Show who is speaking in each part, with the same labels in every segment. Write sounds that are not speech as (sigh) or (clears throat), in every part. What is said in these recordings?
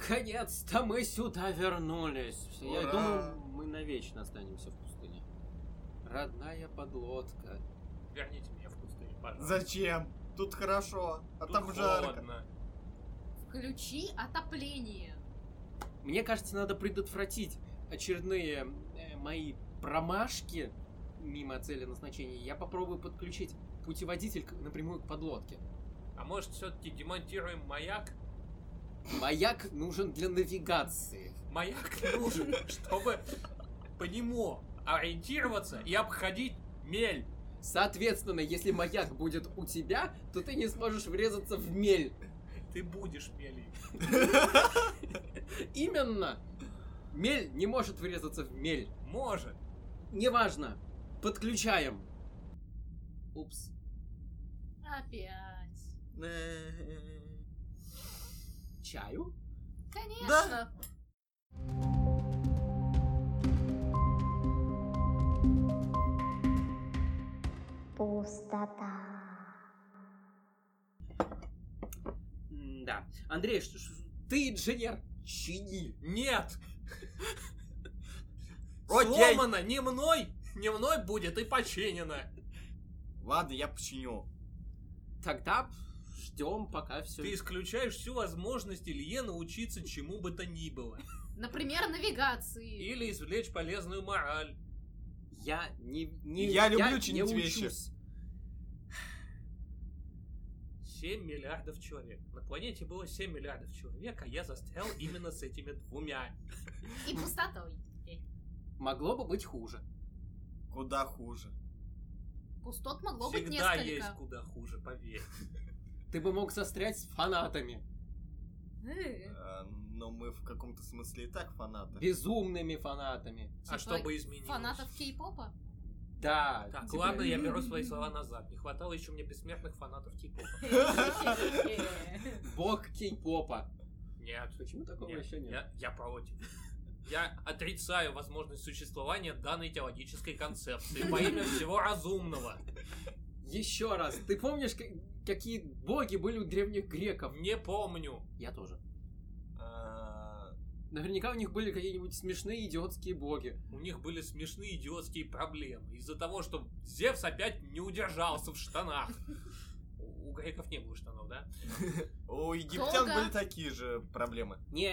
Speaker 1: Наконец-то мы сюда вернулись. Я
Speaker 2: Ура!
Speaker 1: думаю, мы навечно останемся в пустыне. Родная подлодка.
Speaker 3: Верните меня в пустыню, пожалуйста.
Speaker 2: Зачем? Тут хорошо, а
Speaker 3: Тут
Speaker 2: там жарко.
Speaker 3: холодно.
Speaker 4: Включи отопление.
Speaker 1: Мне кажется, надо предотвратить очередные э, мои промашки мимо цели назначения. Я попробую подключить путеводитель к- напрямую к подлодке.
Speaker 3: А может, все-таки демонтируем маяк?
Speaker 1: Маяк нужен для навигации.
Speaker 3: Маяк нужен, чтобы по нему ориентироваться и обходить мель.
Speaker 1: Соответственно, если маяк будет у тебя, то ты не сможешь врезаться в мель.
Speaker 3: Ты будешь мелью.
Speaker 1: Именно! Мель не может врезаться в мель.
Speaker 3: Может.
Speaker 1: Неважно. Подключаем. Упс.
Speaker 4: Опять.
Speaker 1: Чаю?
Speaker 4: Конечно.
Speaker 5: Пустота.
Speaker 1: М, Да. Андрей, ш- ш- ты инженер. Чини.
Speaker 3: Нет.
Speaker 2: Окей.
Speaker 3: Сломано не мной. Не мной будет и починено.
Speaker 2: Ладно, я починю.
Speaker 1: Тогда ждем, пока все...
Speaker 3: Ты исключаешь всю возможность Илье научиться чему бы то ни было.
Speaker 4: Например, навигации.
Speaker 3: Или извлечь полезную мораль.
Speaker 1: Я не... не
Speaker 2: Я люблю
Speaker 1: не
Speaker 2: чинить вещи.
Speaker 1: учусь.
Speaker 3: 7 миллиардов человек. На планете было 7 миллиардов человек, а я застрял именно с этими двумя.
Speaker 4: И пустотой.
Speaker 1: Могло бы быть хуже.
Speaker 2: Куда хуже.
Speaker 4: Пустот могло быть
Speaker 3: Всегда
Speaker 4: несколько.
Speaker 3: есть куда хуже, поверь.
Speaker 1: Ты бы мог застрять с фанатами.
Speaker 4: Э,
Speaker 2: Э, Но мы в каком-то смысле и так фанаты.
Speaker 1: Безумными фанатами.
Speaker 4: Типа
Speaker 3: А что бы изменилось?
Speaker 4: Фанатов кей-попа?
Speaker 1: Да.
Speaker 3: Так,
Speaker 1: тебе-
Speaker 3: ладно, я беру свои слова назад. Не хватало еще мне бессмертных фанатов кей-попа.
Speaker 4: Э,
Speaker 1: Бог кей-попа.
Speaker 3: Нет.
Speaker 1: Почему такого
Speaker 3: Нет,
Speaker 1: еще нет?
Speaker 3: Я, я против. Я отрицаю возможность существования данной теологической концепции во имя всего разумного.
Speaker 1: Еще раз, ты помнишь, к- какие боги были у древних греков?
Speaker 3: Не помню.
Speaker 1: Я тоже.
Speaker 2: Э,
Speaker 1: Наверняка у них были какие-нибудь смешные идиотские боги.
Speaker 3: У них были смешные идиотские проблемы из-за того, что Зевс опять не удержался в штанах. У у греков не было штанов, да?
Speaker 2: У египтян
Speaker 4: Долго?
Speaker 2: были такие же проблемы.
Speaker 1: Не,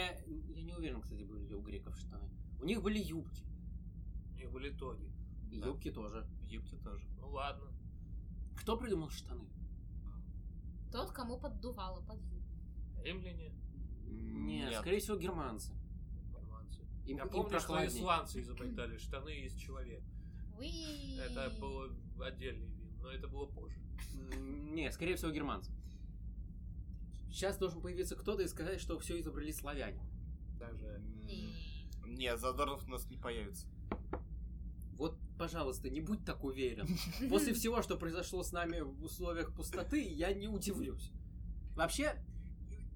Speaker 1: я не уверен, кстати, были ли у греков штаны. У них были юбки.
Speaker 3: У них были тоги.
Speaker 1: И
Speaker 2: Да.
Speaker 1: юбки тоже.
Speaker 2: В Египте тоже.
Speaker 3: Ну ладно.
Speaker 1: Кто придумал штаны?
Speaker 4: Тот, кому поддувало под юбку.
Speaker 3: Римляне,
Speaker 1: Не,
Speaker 2: Нет.
Speaker 1: скорее всего, германцы.
Speaker 3: нормандцы.
Speaker 1: Им,
Speaker 3: Я
Speaker 1: им
Speaker 3: помню, что
Speaker 1: прохладнее.
Speaker 3: исландцы изобретали штаны из человека.
Speaker 4: Уи.
Speaker 3: Это было отдельный вид, но это было позже.
Speaker 1: М, Не, скорее всего, германцы. Сейчас должен появиться кто-то и сказать, что все изобрели славяне.
Speaker 3: Даже
Speaker 4: Э, Не.
Speaker 2: Не, Задорнов у нас не появится.
Speaker 1: Вот, пожалуйста, не будь так уверен. После всего, что произошло с нами в условиях пустоты, я не удивлюсь. Вообще,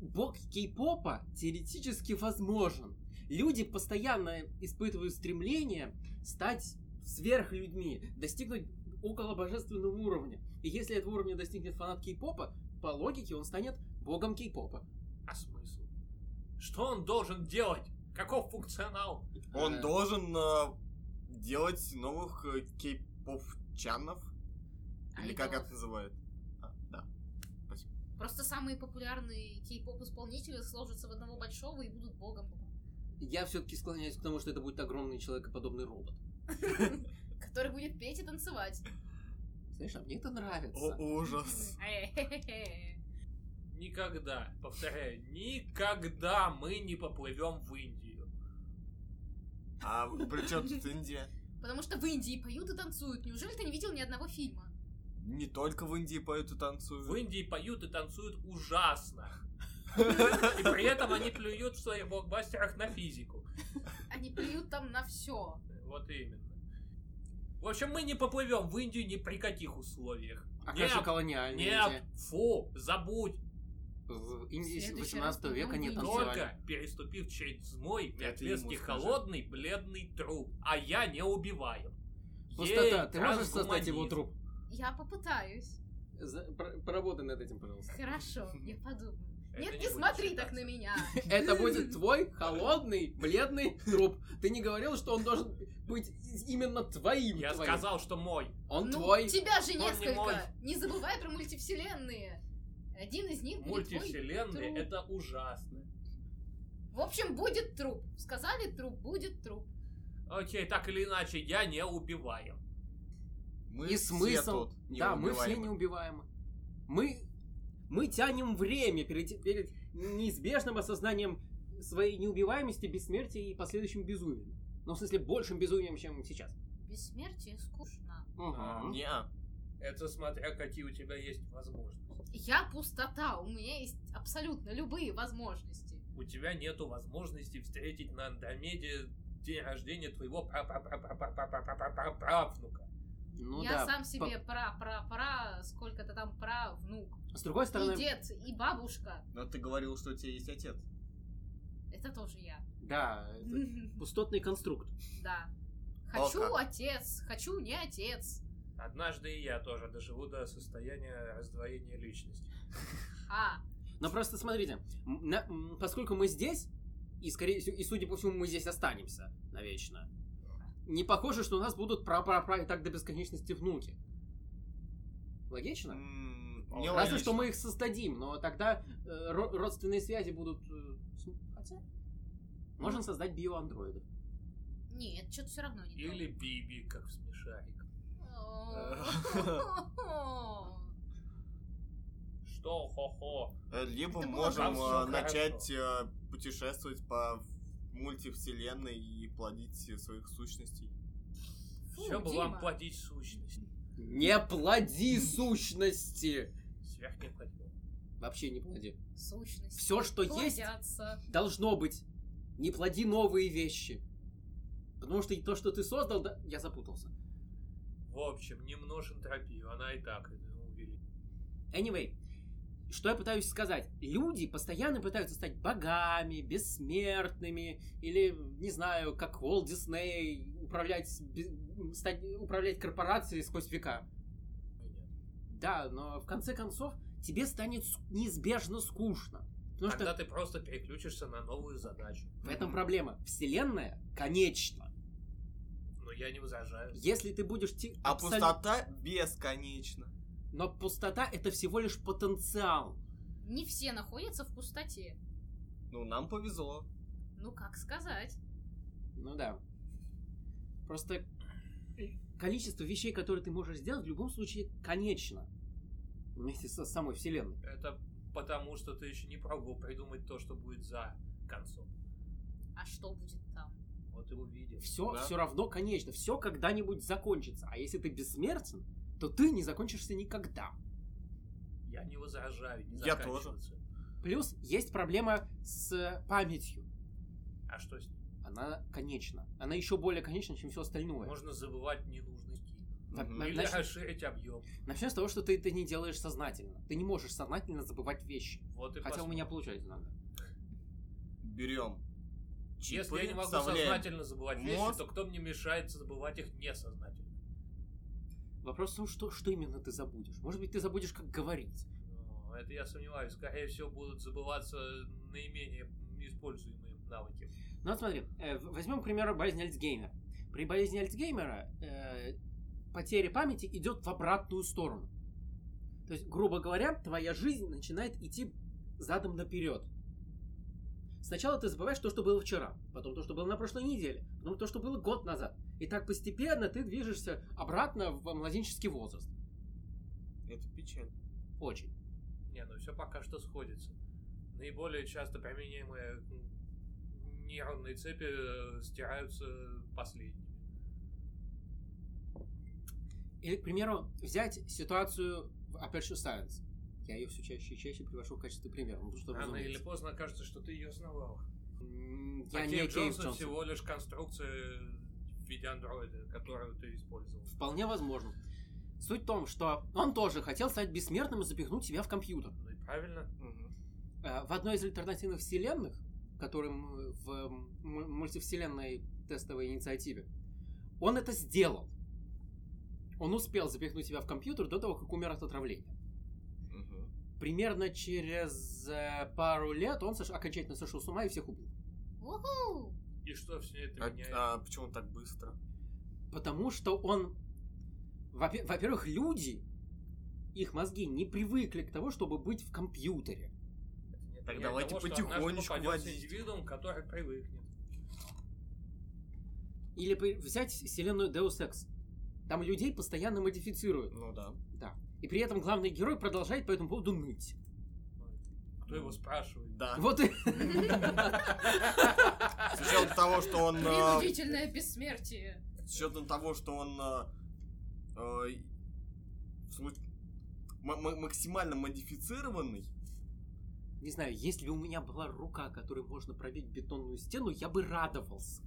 Speaker 1: бог кей-попа теоретически возможен. Люди постоянно испытывают стремление стать сверхлюдьми, достигнуть около божественного уровня. И если этого уровня достигнет фанат кей-попа, по логике он станет богом кей-попа.
Speaker 3: А смысл? Что он должен делать? Каков функционал?
Speaker 2: Он
Speaker 1: Э.
Speaker 2: должен э, делать новых э, кей-поп-чанов.
Speaker 4: а
Speaker 2: Или как
Speaker 4: Айдолов.
Speaker 2: это называют? А, да.
Speaker 4: Просто самые популярные кей-поп исполнители сложатся в одного большого и будут богом,
Speaker 1: Я все-таки склоняюсь к тому, что это будет огромный человекоподобный робот.
Speaker 4: который будет петь и танцевать.
Speaker 1: Знаешь, а мне это нравится.
Speaker 2: О,
Speaker 4: (laughs)
Speaker 2: ужас.
Speaker 4: Э,
Speaker 3: Никогда, повторяю, никогда мы не поплывем в Индию.
Speaker 2: А при чем тут Индия?
Speaker 4: Потому что в Индии поют и танцуют. Неужели ты не видел ни одного фильма?
Speaker 2: Не только в Индии поют и танцуют.
Speaker 3: В Индии поют и танцуют ужасно. И при этом они плюют в своих блокбастерах на физику.
Speaker 4: Они поют там на все.
Speaker 3: Вот именно. В общем, мы не поплывем в Индию ни при каких условиях.
Speaker 1: А как
Speaker 3: Нет,
Speaker 1: же колониальные
Speaker 3: Нет, фу, забудь.
Speaker 1: В Индии
Speaker 4: В следующий
Speaker 1: 18
Speaker 4: раз
Speaker 1: века не
Speaker 4: попробуй.
Speaker 1: танцевали.
Speaker 3: Только переступив через мой
Speaker 2: Это ему
Speaker 3: мертвецкий
Speaker 2: скажи.
Speaker 3: холодный бледный труп, а я не убиваю.
Speaker 1: Пустота,
Speaker 3: Ей,
Speaker 1: Ну, ты можешь создать
Speaker 3: трансгуманизм.
Speaker 1: его труп?
Speaker 4: Я попытаюсь.
Speaker 1: За- пр- Поработай над этим, пожалуйста.
Speaker 4: Хорошо, я подумаю. Нет, не смотри так на меня.
Speaker 1: (laughs) Это будет твой холодный, бледный труп. Ты не говорил, что он должен быть именно твоим.
Speaker 3: Я
Speaker 1: твоим.
Speaker 3: сказал, что мой.
Speaker 1: (laughs) Он
Speaker 4: ну,
Speaker 1: твой.
Speaker 4: тебя же
Speaker 3: Он не мой.
Speaker 4: несколько. Не забывай про мультивселенные. Один из них будет твой
Speaker 3: Мультивселенная
Speaker 4: труп.
Speaker 3: это ужасно.
Speaker 4: В общем, будет труп. Сказали труп, будет труп.
Speaker 3: Окей, так или иначе, я не убиваю.
Speaker 2: Мы
Speaker 1: И
Speaker 2: все
Speaker 1: смысл.
Speaker 2: тут
Speaker 1: Да, мы все
Speaker 2: неубиваемы.
Speaker 1: неубиваемы. Мы, мы тянем время перед, перед неизбежным осознанием своей неубиваемости, бессмертия и последующим безумием. Ну, в смысле, большим безумием, чем сейчас.
Speaker 4: Бессмертие скучно.
Speaker 1: Мгм.
Speaker 2: А, неа.
Speaker 3: Это смотря какие у тебя есть возможности.
Speaker 4: Я пустота, у меня есть абсолютно любые возможности.
Speaker 3: У тебя нету возможности встретить на Андромеде день рождения твоего правнука.
Speaker 1: Ну да.
Speaker 4: я сам себе пра-пра-пра, сколько-то там пра внук.
Speaker 1: По- С другой стороны,
Speaker 4: И дед, и бабушка.
Speaker 2: Но ты говорил, что у тебя есть отец.
Speaker 4: Это тоже я.
Speaker 1: да, это
Speaker 4: (laughs)
Speaker 1: пустотный конструкт.
Speaker 4: Да.
Speaker 2: О,
Speaker 4: Хочу
Speaker 2: как.
Speaker 4: отец, хочу не отец.
Speaker 3: Однажды и я тоже доживу до состояния раздвоения личности.
Speaker 4: А,
Speaker 1: Но просто смотрите, м, на- м, поскольку мы здесь, и скорее всего, и судя по всему, мы здесь останемся навечно, не похоже, что у нас будут пра-пра-пра и так до бесконечности внуки. Логично?
Speaker 2: М,
Speaker 3: Разве
Speaker 1: Разве
Speaker 2: нелогично.
Speaker 1: что мы их создадим, но тогда э, ро- родственные связи будут... э, с- Хотя... Можно создать биоандроидов.
Speaker 4: нет, что-то все равно не то.
Speaker 3: Или Биби, как в смешариках.
Speaker 4: О.
Speaker 3: Что, хо-хо?
Speaker 2: Э, Либо
Speaker 4: Это было
Speaker 2: можем
Speaker 3: бы
Speaker 2: э,
Speaker 3: всё
Speaker 2: начать э, путешествовать по мультивселенной и плодить э, своих сущностей.
Speaker 4: Фу,
Speaker 3: Все бы вам
Speaker 4: Дима.
Speaker 3: платить сущность.
Speaker 1: Не плоди сущности!
Speaker 3: Сверхнеобходимо.
Speaker 1: Вообще не плоди.
Speaker 4: Сущность.
Speaker 1: Все, что есть,
Speaker 4: Плодятся.
Speaker 1: должно быть. Не плоди новые вещи. Потому что и то, что ты создал, да... Я запутался.
Speaker 3: В общем, не множь энтропию, она и так ну, увеличена.
Speaker 1: Anyway, что я пытаюсь сказать? Люди постоянно пытаются стать богами, бессмертными, или, не знаю, как Уолт Дисней, управлять, би- м, стать- управлять корпорацией сквозь века. Да, но в конце концов тебе станет ск- неизбежно скучно. Потому
Speaker 3: Тогда
Speaker 1: Ну что
Speaker 3: ты просто переключишься на новую задачу.
Speaker 1: в этом проблема. Вселенная конечна.
Speaker 3: Но я не возражаю.
Speaker 1: Если ты будешь... те-
Speaker 2: А
Speaker 1: абсолют-
Speaker 2: пустота бесконечна.
Speaker 1: Но пустота — это всего лишь потенциал.
Speaker 4: Не все находятся в пустоте.
Speaker 2: Ну, нам повезло.
Speaker 4: Ну как сказать?
Speaker 1: Ну да. Просто количество вещей, которые ты можешь сделать, в любом случае конечно. Вместе со самой вселенной.
Speaker 3: Это потому, что ты еще не пробовал придумать то, что будет за концом.
Speaker 4: А что будет там?
Speaker 3: Вот и увидишь.
Speaker 1: Все,
Speaker 2: Да.
Speaker 1: все равно конечно. Все когда-нибудь закончится. А если ты бессмертен, то ты не закончишься никогда.
Speaker 3: Я не возражаю, не
Speaker 2: Я
Speaker 3: заканчиваться.
Speaker 1: Плюс есть проблема с памятью.
Speaker 3: А что с ним?
Speaker 1: Она конечна. Она еще более конечна, чем все остальное.
Speaker 3: Можно забывать ненужные книги.
Speaker 1: На-
Speaker 2: Мгм.
Speaker 1: на-
Speaker 3: Или
Speaker 1: начнем-
Speaker 3: расширить объем.
Speaker 1: начнем с того, что ты это не делаешь сознательно. Ты не можешь сознательно забывать вещи.
Speaker 3: Вот
Speaker 1: Хотя
Speaker 3: и
Speaker 1: у
Speaker 3: посмотрим.
Speaker 1: меня получается иногда.
Speaker 2: Берем.
Speaker 3: Если я не могу сознательно забывать
Speaker 2: в
Speaker 3: вещи,
Speaker 2: мозг.
Speaker 3: то кто мне мешает забывать их несознательно?
Speaker 1: Вопрос в том, что, что именно ты забудешь. Может быть, ты забудешь, как говорить.
Speaker 3: Ну, Это я сомневаюсь. Скорее всего, будут забываться наименее используемые навыки.
Speaker 1: Ну вот смотри, э, в- возьмем, к примеру, болезнь Альцгеймера. При болезни Альцгеймера э, потеря памяти идет в обратную сторону. То есть, грубо говоря, твоя жизнь начинает идти задом наперед. Сначала ты забываешь то, что было вчера, потом то, что было на прошлой неделе, потом то, что было год назад. И так постепенно ты движешься обратно в младенческий возраст.
Speaker 2: Это печаль.
Speaker 1: Очень.
Speaker 3: Не, ну все пока что сходится. Наиболее часто применяемые м, нейронные цепи э, стираются последними.
Speaker 1: Или, к примеру, взять ситуацию в Aperture Science. Я ее все чаще и чаще привожу в качестве примера. Ну, чтобы
Speaker 3: Рано или
Speaker 1: разумеется.
Speaker 3: поздно окажется, что ты ее основал.
Speaker 1: М,
Speaker 3: А
Speaker 1: Я не
Speaker 3: Кейв
Speaker 1: Кейв
Speaker 3: Джонсон
Speaker 1: Джонсон.
Speaker 3: всего лишь конструкция в виде андроида, которую ты использовал.
Speaker 1: Вполне возможно. Суть в том, что он тоже хотел стать бессмертным и запихнуть себя в компьютер.
Speaker 3: Ну и правильно.
Speaker 1: Э, В одной из альтернативных вселенных, которым в м, мультивселенной тестовой инициативе, он это сделал. Он успел запихнуть себя в компьютер до того, как умер от отравления. примерно через э, пару лет он сош- окончательно сошел с ума и всех убил.
Speaker 4: Уху!
Speaker 3: И что все это
Speaker 2: А-
Speaker 3: меняет?
Speaker 2: а почему так быстро?
Speaker 1: Потому что он... Во-пе- Во-первых, люди, их мозги не привыкли к тому, чтобы быть в компьютере.
Speaker 3: Нет,
Speaker 2: Так
Speaker 3: меняет
Speaker 2: давайте
Speaker 3: того, что
Speaker 2: потихонечку
Speaker 3: однажды попадётся
Speaker 2: водить.
Speaker 3: индивидуум, который привыкнет.
Speaker 1: Или при- взять вселенную Deus Ex. Там людей постоянно модифицируют.
Speaker 2: Ну да.
Speaker 1: Да. И при этом главный герой продолжает по этому поводу ныть.
Speaker 3: Кто его спрашивает?
Speaker 2: Да.
Speaker 1: (laughs) Вот и...
Speaker 2: С учетом того, что он... э,
Speaker 4: Принудительное бессмертие.
Speaker 2: С учетом того, что он э, э, в случ- м- м- максимально модифицированный,
Speaker 1: Не знаю, если бы у меня была рука, которой можно пробить бетонную стену, я бы радовался.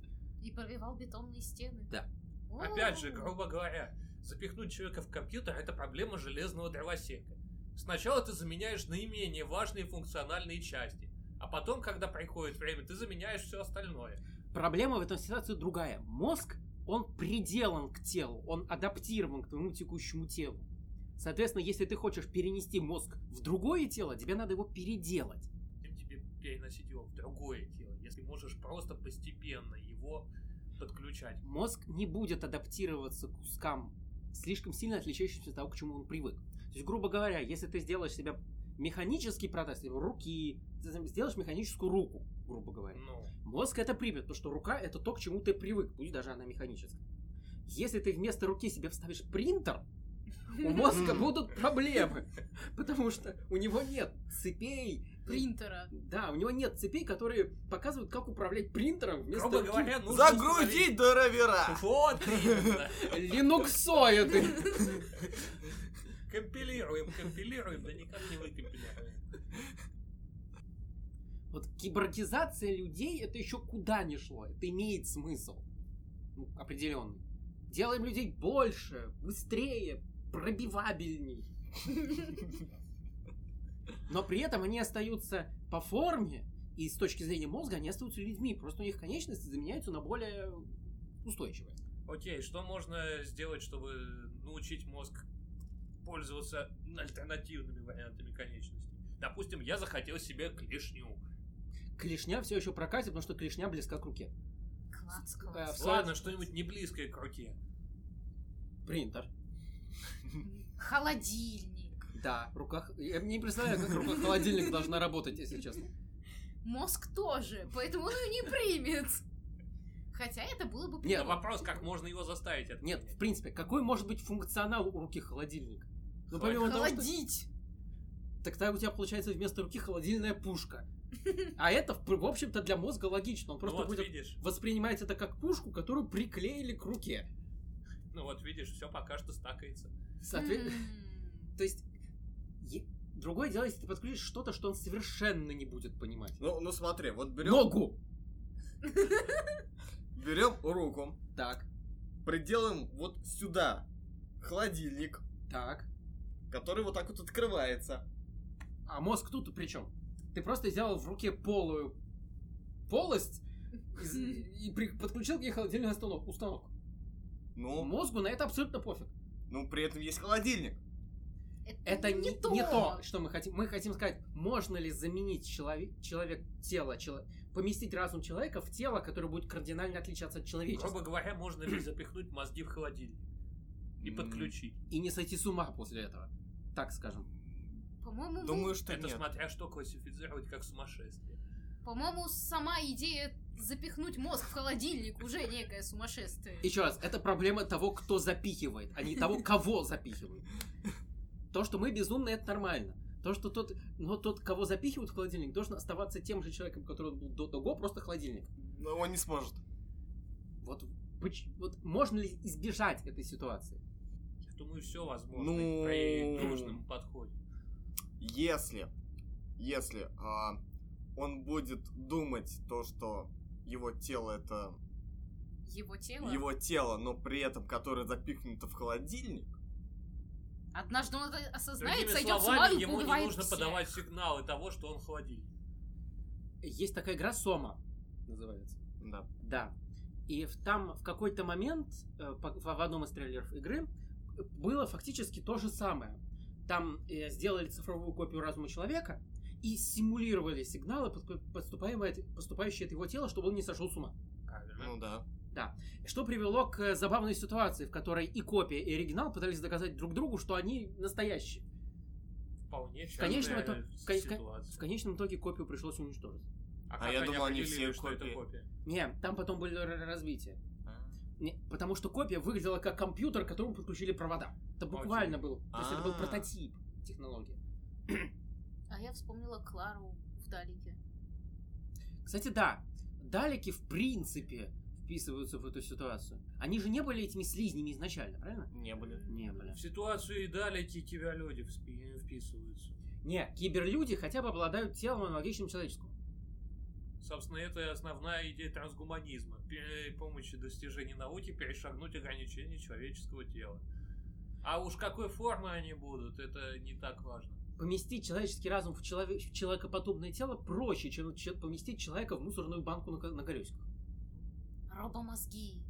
Speaker 4: И пробивал бетонные стены.
Speaker 1: Да.
Speaker 4: О.
Speaker 3: Опять же, грубо говоря, запихнуть человека в компьютер – это проблема железного дровосека. Сначала ты заменяешь наименее важные функциональные части, а потом, когда приходит время, ты заменяешь все остальное.
Speaker 1: Проблема в этом ситуации другая. Мозг, он приделан к телу, он адаптирован к твоему текущему телу. Соответственно, если ты хочешь перенести мозг в другое тело, тебе надо его переделать.
Speaker 3: Зачем тебе переносить его в другое тело, если можешь просто постепенно его подключать?
Speaker 1: Мозг не будет адаптироваться к кускам, слишком сильно отличающимся от того, к чему он привык. То есть, грубо говоря, если ты сделаешь себя механический протез, типа руки, ты сделаешь механическую руку, грубо говоря,
Speaker 3: Ну,
Speaker 1: Мозг это примет, потому что рука это то, к чему ты привык, пусть даже она механическая. Если ты вместо руки себе вставишь принтер,
Speaker 3: (laughs)
Speaker 1: у мозга будут проблемы, потому что у него нет цепей.
Speaker 4: Принтера.
Speaker 1: Да, у него нет цепей, которые показывают, как управлять принтером вместо
Speaker 3: грубо
Speaker 1: руки.
Speaker 3: говоря, нужно...
Speaker 2: загрузить
Speaker 3: установить- (laughs)
Speaker 2: драйвера!
Speaker 3: Вот именно.
Speaker 1: линуксоиды.
Speaker 3: (laughs) Компилируем, компилируем, да никак не выкомпилируем.
Speaker 1: Вот киборгизация людей это еще куда не шло. Это имеет смысл. Ну, определенный. Делаем людей больше, быстрее, пробивабельней. Но при этом они остаются по форме, и с точки зрения мозга они остаются людьми. Просто у них конечности заменяются на более устойчивые.
Speaker 3: Окей, что можно сделать, чтобы научить мозг пользоваться альтернативными вариантами конечностей? Допустим, я захотел себе клешню.
Speaker 1: Клешня все еще прокатит, потому что клешня близка к руке.
Speaker 4: Клац,
Speaker 1: Э,
Speaker 4: клац.
Speaker 1: в
Speaker 3: Ладно, что-нибудь не близкое к руке.
Speaker 1: Принтер.
Speaker 4: Холодильник.
Speaker 1: Да, в руках... Я не представляю, как рука холодильник должна работать, если честно.
Speaker 4: Мозг тоже, поэтому он ее не примет. Хотя это было бы...
Speaker 1: Нет,
Speaker 3: Но вопрос, как можно его заставить это
Speaker 1: Нет, в
Speaker 3: принять.
Speaker 1: принципе, какой может быть функционал у руки холодильника? Ну, помимо того, что...
Speaker 4: Холодить.
Speaker 1: Так тогда у тебя получается вместо руки холодильная пушка. А это, в, в общем-то, для мозга логично. Он
Speaker 3: Ну
Speaker 1: просто
Speaker 3: вот
Speaker 1: будет
Speaker 3: видишь,
Speaker 1: воспринимать это как пушку, которую приклеили к руке.
Speaker 3: ну вот видишь, все пока что стакается.
Speaker 1: Соответ-
Speaker 4: М.
Speaker 1: То есть, е- другое дело, если ты подключишь что-то, что он совершенно не будет понимать.
Speaker 2: Ну, ну смотри, вот берем,
Speaker 1: Ногу!
Speaker 2: берем руку,
Speaker 1: Так,
Speaker 2: приделаем вот сюда холодильник,
Speaker 1: так.
Speaker 2: который вот так вот открывается.
Speaker 1: А мозг тут при чем? Ты просто взял в руке полую полость из- и, при- подключил к ней холодильный установ- установку.
Speaker 2: Ну,
Speaker 1: Мозгу на это абсолютно пофиг.
Speaker 2: ну при этом есть холодильник.
Speaker 1: Это не, не то. что мы хотим. Мы хотим сказать, можно ли заменить человек, человек тело, чело- поместить разум человека в тело, которое будет кардинально отличаться от человеческого.
Speaker 3: Грубо говоря, можно ли запихнуть мозги в холодильник и
Speaker 2: М,
Speaker 3: подключить.
Speaker 1: И не сойти с ума после этого. Так скажем.
Speaker 4: По-моему, мы-
Speaker 2: Думаю, что
Speaker 3: Это
Speaker 2: нет.
Speaker 3: смотря что классифицировать как сумасшествие.
Speaker 4: по-моему, сама идея запихнуть мозг в холодильник уже некое сумасшествие.
Speaker 1: Еще раз, это проблема того, кто запихивает, а не того, кого запихивают. То, что мы безумны, это нормально. То, что тот, но тот, кого запихивают в холодильник, должен оставаться тем же человеком, который он был до того, просто холодильник.
Speaker 2: Но он не сможет.
Speaker 1: Вот, поч- вот можно ли избежать этой ситуации?
Speaker 3: Я думаю, все возможно
Speaker 2: Ну.
Speaker 3: при нужном подходе.
Speaker 2: Если, если а, он будет думать то, что его тело это
Speaker 4: Его тело.
Speaker 2: его тело, но при этом которое запихнуто в холодильник,
Speaker 4: Однажды он это осознает,
Speaker 3: Другими
Speaker 4: сойдет с ума
Speaker 3: словами,
Speaker 4: и
Speaker 3: ему не
Speaker 4: убивает
Speaker 3: нужно
Speaker 4: всех.
Speaker 3: подавать сигналы того, что он холодильник.
Speaker 1: Есть такая игра Сома, называется.
Speaker 2: да.
Speaker 1: Да. И в- там в какой-то момент, э, по- в в одном из трейлеров игры, было фактически то же самое. там э, сделали цифровую копию разума человека и симулировали сигналы, подк- поступаемые от- поступающие от его тела, чтобы он не сошел с ума.
Speaker 3: Правильно.
Speaker 2: Ну да.
Speaker 1: Что привело к э, забавной ситуации, в которой и копия, и оригинал пытались доказать друг другу, что они настоящие.
Speaker 3: Вполне
Speaker 1: В конечном,
Speaker 3: частная
Speaker 1: итоге- в кон-
Speaker 3: ситуация.
Speaker 1: В конечном итоге копию пришлось уничтожить.
Speaker 2: А я
Speaker 3: как
Speaker 2: думал, они
Speaker 3: определили,
Speaker 2: все
Speaker 3: что это
Speaker 2: копии.
Speaker 3: копия?
Speaker 1: Не, там потом были р- развития. Не, потому что копия выглядела как компьютер, к которому подключили провода. Это буквально был. То есть это был
Speaker 2: А.
Speaker 1: прототип технологии.
Speaker 4: А я вспомнила Клару в Далике.
Speaker 1: Кстати, да, далеки в принципе вписываются в эту ситуацию. Они же не были этими слизнями изначально, правильно?
Speaker 2: Не были.
Speaker 1: Не были.
Speaker 3: В ситуацию и далеки тебя люди вспи- вписываются.
Speaker 1: Не, киберлюди хотя бы обладают телом аналогичным человеческому.
Speaker 3: Собственно, это основная идея трансгуманизма. При помощи достижений науки перешагнуть ограничения человеческого тела. А уж какой формы они будут, это не так важно.
Speaker 1: Поместить человеческий разум в, челове- в человекоподобное тело проще, чем че- поместить человека в мусорную банку на, ко- на колесиках.
Speaker 4: Робомозги.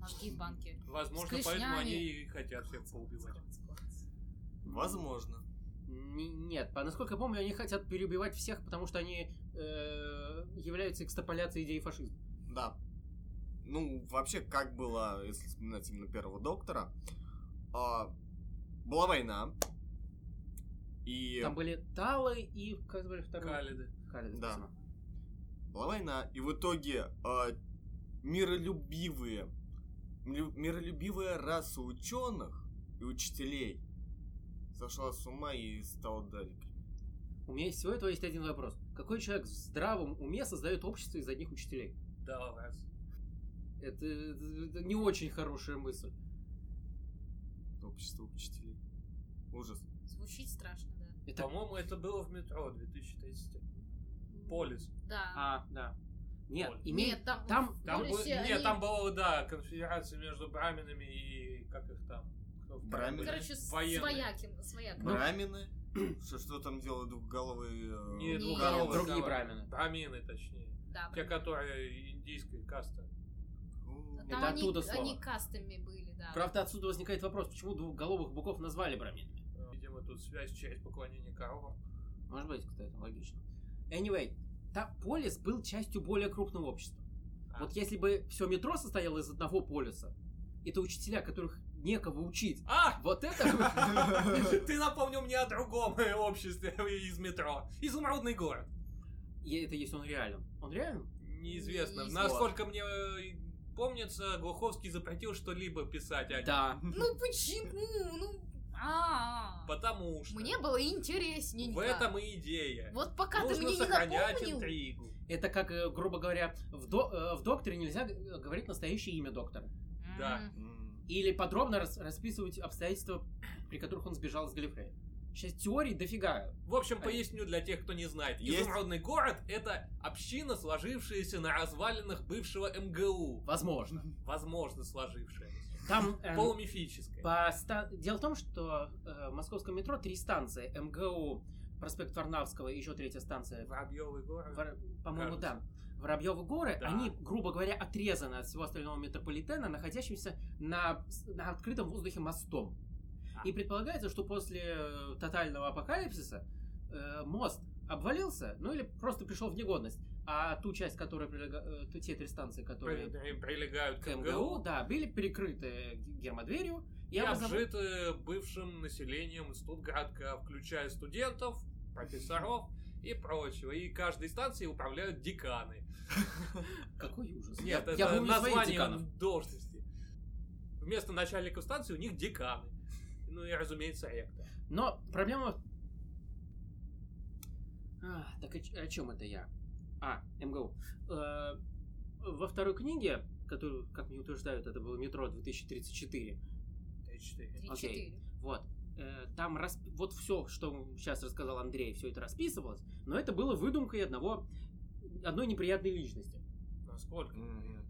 Speaker 4: Мозги в банке.
Speaker 3: Возможно,
Speaker 4: С клешнями.
Speaker 3: поэтому они и хотят всех поубивать.
Speaker 2: Возможно.
Speaker 1: Н- нет, а насколько я помню, они хотят переубивать всех, потому что они э, являются экстраполяцией идеи фашизма.
Speaker 2: Да. Ну, вообще, как было, если вспоминать именно первого доктора, а, была война. И
Speaker 1: Там были Талы и как звали второй?
Speaker 3: Калиды.
Speaker 1: Калиды,
Speaker 2: Да.
Speaker 1: спасибо.
Speaker 2: была война, и в итоге а, миролюбивые, млю- миролюбивая раса ученых и учителей сошла с ума и стала далекой.
Speaker 1: У меня из всего этого есть один вопрос. Какой человек в здравом уме создает общество из одних учителей?
Speaker 3: Да, раз.
Speaker 1: Это, это не очень хорошая мысль.
Speaker 2: Общество учителей. Ужас.
Speaker 4: Звучит страшно, да.
Speaker 1: Это...
Speaker 3: По-моему, это было в метро 2030. Полис.
Speaker 4: Да.
Speaker 1: А, да. Нет,
Speaker 3: Ой.
Speaker 1: имеет...
Speaker 4: Нет, там,
Speaker 1: там-
Speaker 4: в
Speaker 3: Там был-
Speaker 4: полюсе
Speaker 3: нет,
Speaker 4: А они-
Speaker 3: там была, да, конфедерация между браминами и как их там? кто в-
Speaker 2: Брамины?
Speaker 4: Ну, Короче, с
Speaker 3: Военные. Ну,
Speaker 4: вояким, с вояком.
Speaker 2: Брамины? Ну, Что, что там делают двухголовые... э,
Speaker 3: Не,
Speaker 4: Нет,
Speaker 3: двухголовые,
Speaker 1: другие
Speaker 3: да,
Speaker 1: брамины.
Speaker 3: Брамины, точнее.
Speaker 4: Да,
Speaker 3: Те,
Speaker 4: правильно.
Speaker 3: которые индийская каста.
Speaker 2: ну,
Speaker 4: Там
Speaker 1: Это
Speaker 4: они,
Speaker 1: оттуда слово.
Speaker 4: они кастами были, да.
Speaker 1: Правда, отсюда возникает вопрос, почему двухголовых быков назвали браминами?
Speaker 3: Э, Видимо, тут связь через поклонение коровам.
Speaker 1: Может быть, кстати, логично. Anyway, та полис был частью более крупного общества.
Speaker 3: А.
Speaker 1: Вот если бы все метро состояло из одного полиса, это учителя, которых некого учить, (laughs)
Speaker 3: А!
Speaker 1: вот это...
Speaker 3: (laughs) Ты напомнил мне о другом (laughs) обществе из метро. Изумрудный город.
Speaker 1: И Это если он реален. Он реален?
Speaker 3: Неизвестно.
Speaker 4: Неизвестно.
Speaker 3: Насколько мне э, помнится, Глуховский запретил что-либо писать о нем.
Speaker 1: Да.
Speaker 4: Ну почему? Ну, а
Speaker 3: Потому что
Speaker 4: Мне было интересненько.
Speaker 3: в этом и идея.
Speaker 4: Вот пока Ну, ты
Speaker 3: Нужно
Speaker 4: мне не
Speaker 3: сохранять
Speaker 4: напомнил.
Speaker 3: интригу.
Speaker 1: Это как, э, грубо говоря, в, до- э, в докторе нельзя г- говорить настоящее имя доктора.
Speaker 4: М,
Speaker 3: Да.
Speaker 2: м,
Speaker 1: Или подробно рас- расписывать обстоятельства, при которых он сбежал с Галифрея. Сейчас теорий дофига.
Speaker 3: В общем,
Speaker 1: А-
Speaker 3: поясню для тех, кто не знает.
Speaker 2: Есть.
Speaker 3: Изумрудный город — это община, сложившаяся на развалинах бывшего МГУ.
Speaker 1: Возможно.
Speaker 3: Возможно, сложившаяся.
Speaker 1: Там... эм,
Speaker 3: Полумифическая.
Speaker 1: По ста- Дело в том, что э, в московском метро три станции. МГУ, проспект Варнавского и еще третья станция.
Speaker 3: Воробьевый город.
Speaker 1: Вор- По-моему,
Speaker 3: Кажется.
Speaker 1: да. Воробьевы горы,
Speaker 3: Да.
Speaker 1: они, грубо говоря, отрезаны от всего остального метрополитена, находящимся на, на открытом воздухе мостом.
Speaker 3: А.
Speaker 1: И предполагается, что после э, тотального апокалипсиса э, мост обвалился, ну или просто пришел в негодность. А ту часть, которая прилега- э, ту- те три станции, которые
Speaker 3: При- прилегают
Speaker 1: к МГУ, да, были перекрыты гермодверью.
Speaker 3: и
Speaker 1: образов-
Speaker 3: обжиты бывшим населением Студградка, включая студентов, профессоров и прочего. И каждой станции управляют деканы.
Speaker 1: Какой ужас.
Speaker 3: Нет,
Speaker 1: я,
Speaker 3: это
Speaker 1: я помню своих
Speaker 3: название
Speaker 1: деканов.
Speaker 3: должности. Вместо начальников станции у них деканы. Ну и, разумеется, ректор.
Speaker 1: Но проблема... А, так о, ч- о чем это я? А, МГУ. Э, во второй книге, которую, как мне утверждают, это было «Метро 2034»,
Speaker 4: Три,
Speaker 1: Окей.
Speaker 4: четыре.
Speaker 1: вот, э, там рас- вот все, что сейчас рассказал Андрей, все это расписывалось, но это было выдумкой одного, одной неприятной личности.
Speaker 3: Насколько?
Speaker 2: м.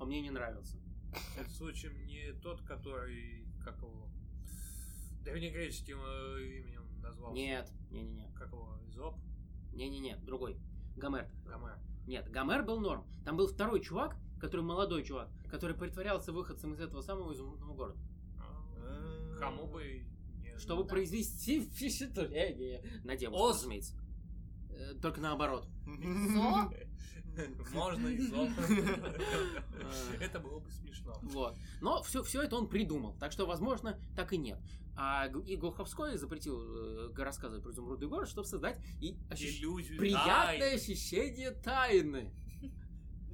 Speaker 1: Он мне не нравился.
Speaker 3: Этот случай не тот, который, как его, древнегреческим э, именем назвался.
Speaker 1: Нет, не-не-не,
Speaker 3: Как его, Изоп?
Speaker 1: не-не-не, другой. Гомер.
Speaker 3: Гомер.
Speaker 1: Нет, Гомер был норм. Там был второй чувак, который молодой чувак, который притворялся выходцем из этого самого изумрудного города.
Speaker 3: А, Кому бы и не впечатление.
Speaker 1: Чтобы
Speaker 4: да.
Speaker 1: произвести (laughs) впечатление на девушку,
Speaker 3: О,
Speaker 1: разумеется. Э, Только наоборот.
Speaker 2: (laughs)
Speaker 4: Зо?
Speaker 3: (laughs) Можно и
Speaker 1: (laughs)
Speaker 3: зо. Это было бы смешно.
Speaker 1: Вот. Но все, все это он придумал, так что, возможно, так и нет. А Г- и Глуховской запретил э, рассказывать про изумрудный город, чтобы создать и ощущ-
Speaker 3: Иллюзию.
Speaker 1: приятное
Speaker 3: Ай,
Speaker 1: ощущение тайны.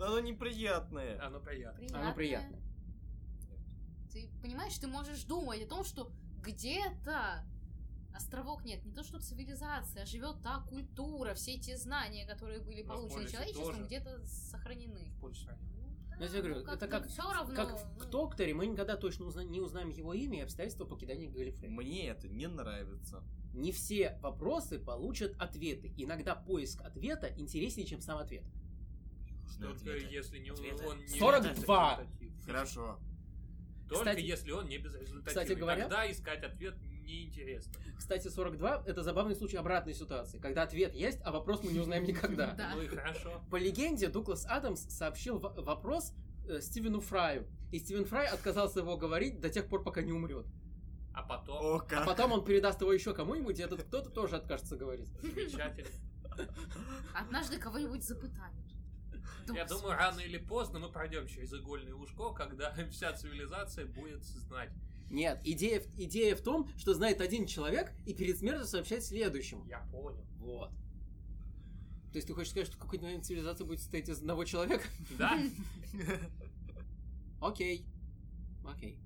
Speaker 2: Оно неприятное.
Speaker 3: Оно приятное.
Speaker 1: Оно приятно.
Speaker 4: Ты понимаешь, ты можешь думать о том, что где-то островок нет, не то что цивилизация, а живет та культура, все те знания, которые были
Speaker 3: Но Ну, в
Speaker 4: получены
Speaker 3: полисе
Speaker 4: человечеством,
Speaker 3: тоже.
Speaker 4: где-то сохранены.
Speaker 3: Больше.
Speaker 4: Ну да,
Speaker 1: Ну, я тебе говорю,
Speaker 4: ну,
Speaker 1: это
Speaker 4: как-то
Speaker 1: как,
Speaker 4: всё равно,
Speaker 1: как
Speaker 4: ну.
Speaker 1: в, в Докторе, мы никогда точно узна- не узнаем его имя и обстоятельства покидания Галифрея.
Speaker 2: Мне это не нравится.
Speaker 1: Не все вопросы получат ответы. Иногда поиск ответа интереснее, чем сам ответ.
Speaker 2: Нужны
Speaker 3: Только
Speaker 2: ответы.
Speaker 3: если не
Speaker 2: Ответы.
Speaker 3: он не
Speaker 1: 42.
Speaker 3: результативный.
Speaker 2: Хорошо.
Speaker 3: Только
Speaker 1: Кстати-
Speaker 3: если он не безрезультативный.
Speaker 1: Кстати говоря-
Speaker 3: Тогда искать ответ неинтересно.
Speaker 1: Кстати, 42 — это забавный случай обратной ситуации, когда ответ есть, а вопрос мы не узнаем никогда.
Speaker 4: Да.
Speaker 3: Ну и хорошо.
Speaker 1: По легенде, Дуглас Адамс сообщил в- вопрос э, Стивену Фраю. И Стивен Фрай отказался его говорить до тех пор, пока не умрет.
Speaker 3: А потом...
Speaker 2: О,
Speaker 1: А
Speaker 2: как.
Speaker 1: потом он передаст его еще кому-нибудь, и этот кто-то тоже откажется говорить.
Speaker 3: Замечательно.
Speaker 1: (laughs)
Speaker 4: Однажды кого-нибудь запытают.
Speaker 3: Я
Speaker 4: Думаю,
Speaker 3: думаю, рано или поздно мы пройдем через игольное ушко, когда (laughs) вся цивилизация будет знать.
Speaker 1: Нет, идея, в- идея в том, что знает один человек и перед смертью сообщает следующему.
Speaker 3: Я понял.
Speaker 1: Вот. То есть ты хочешь сказать, что в какой-то момент цивилизация будет состоять из одного человека? (laughs)
Speaker 3: Да?
Speaker 1: Окей. Окей.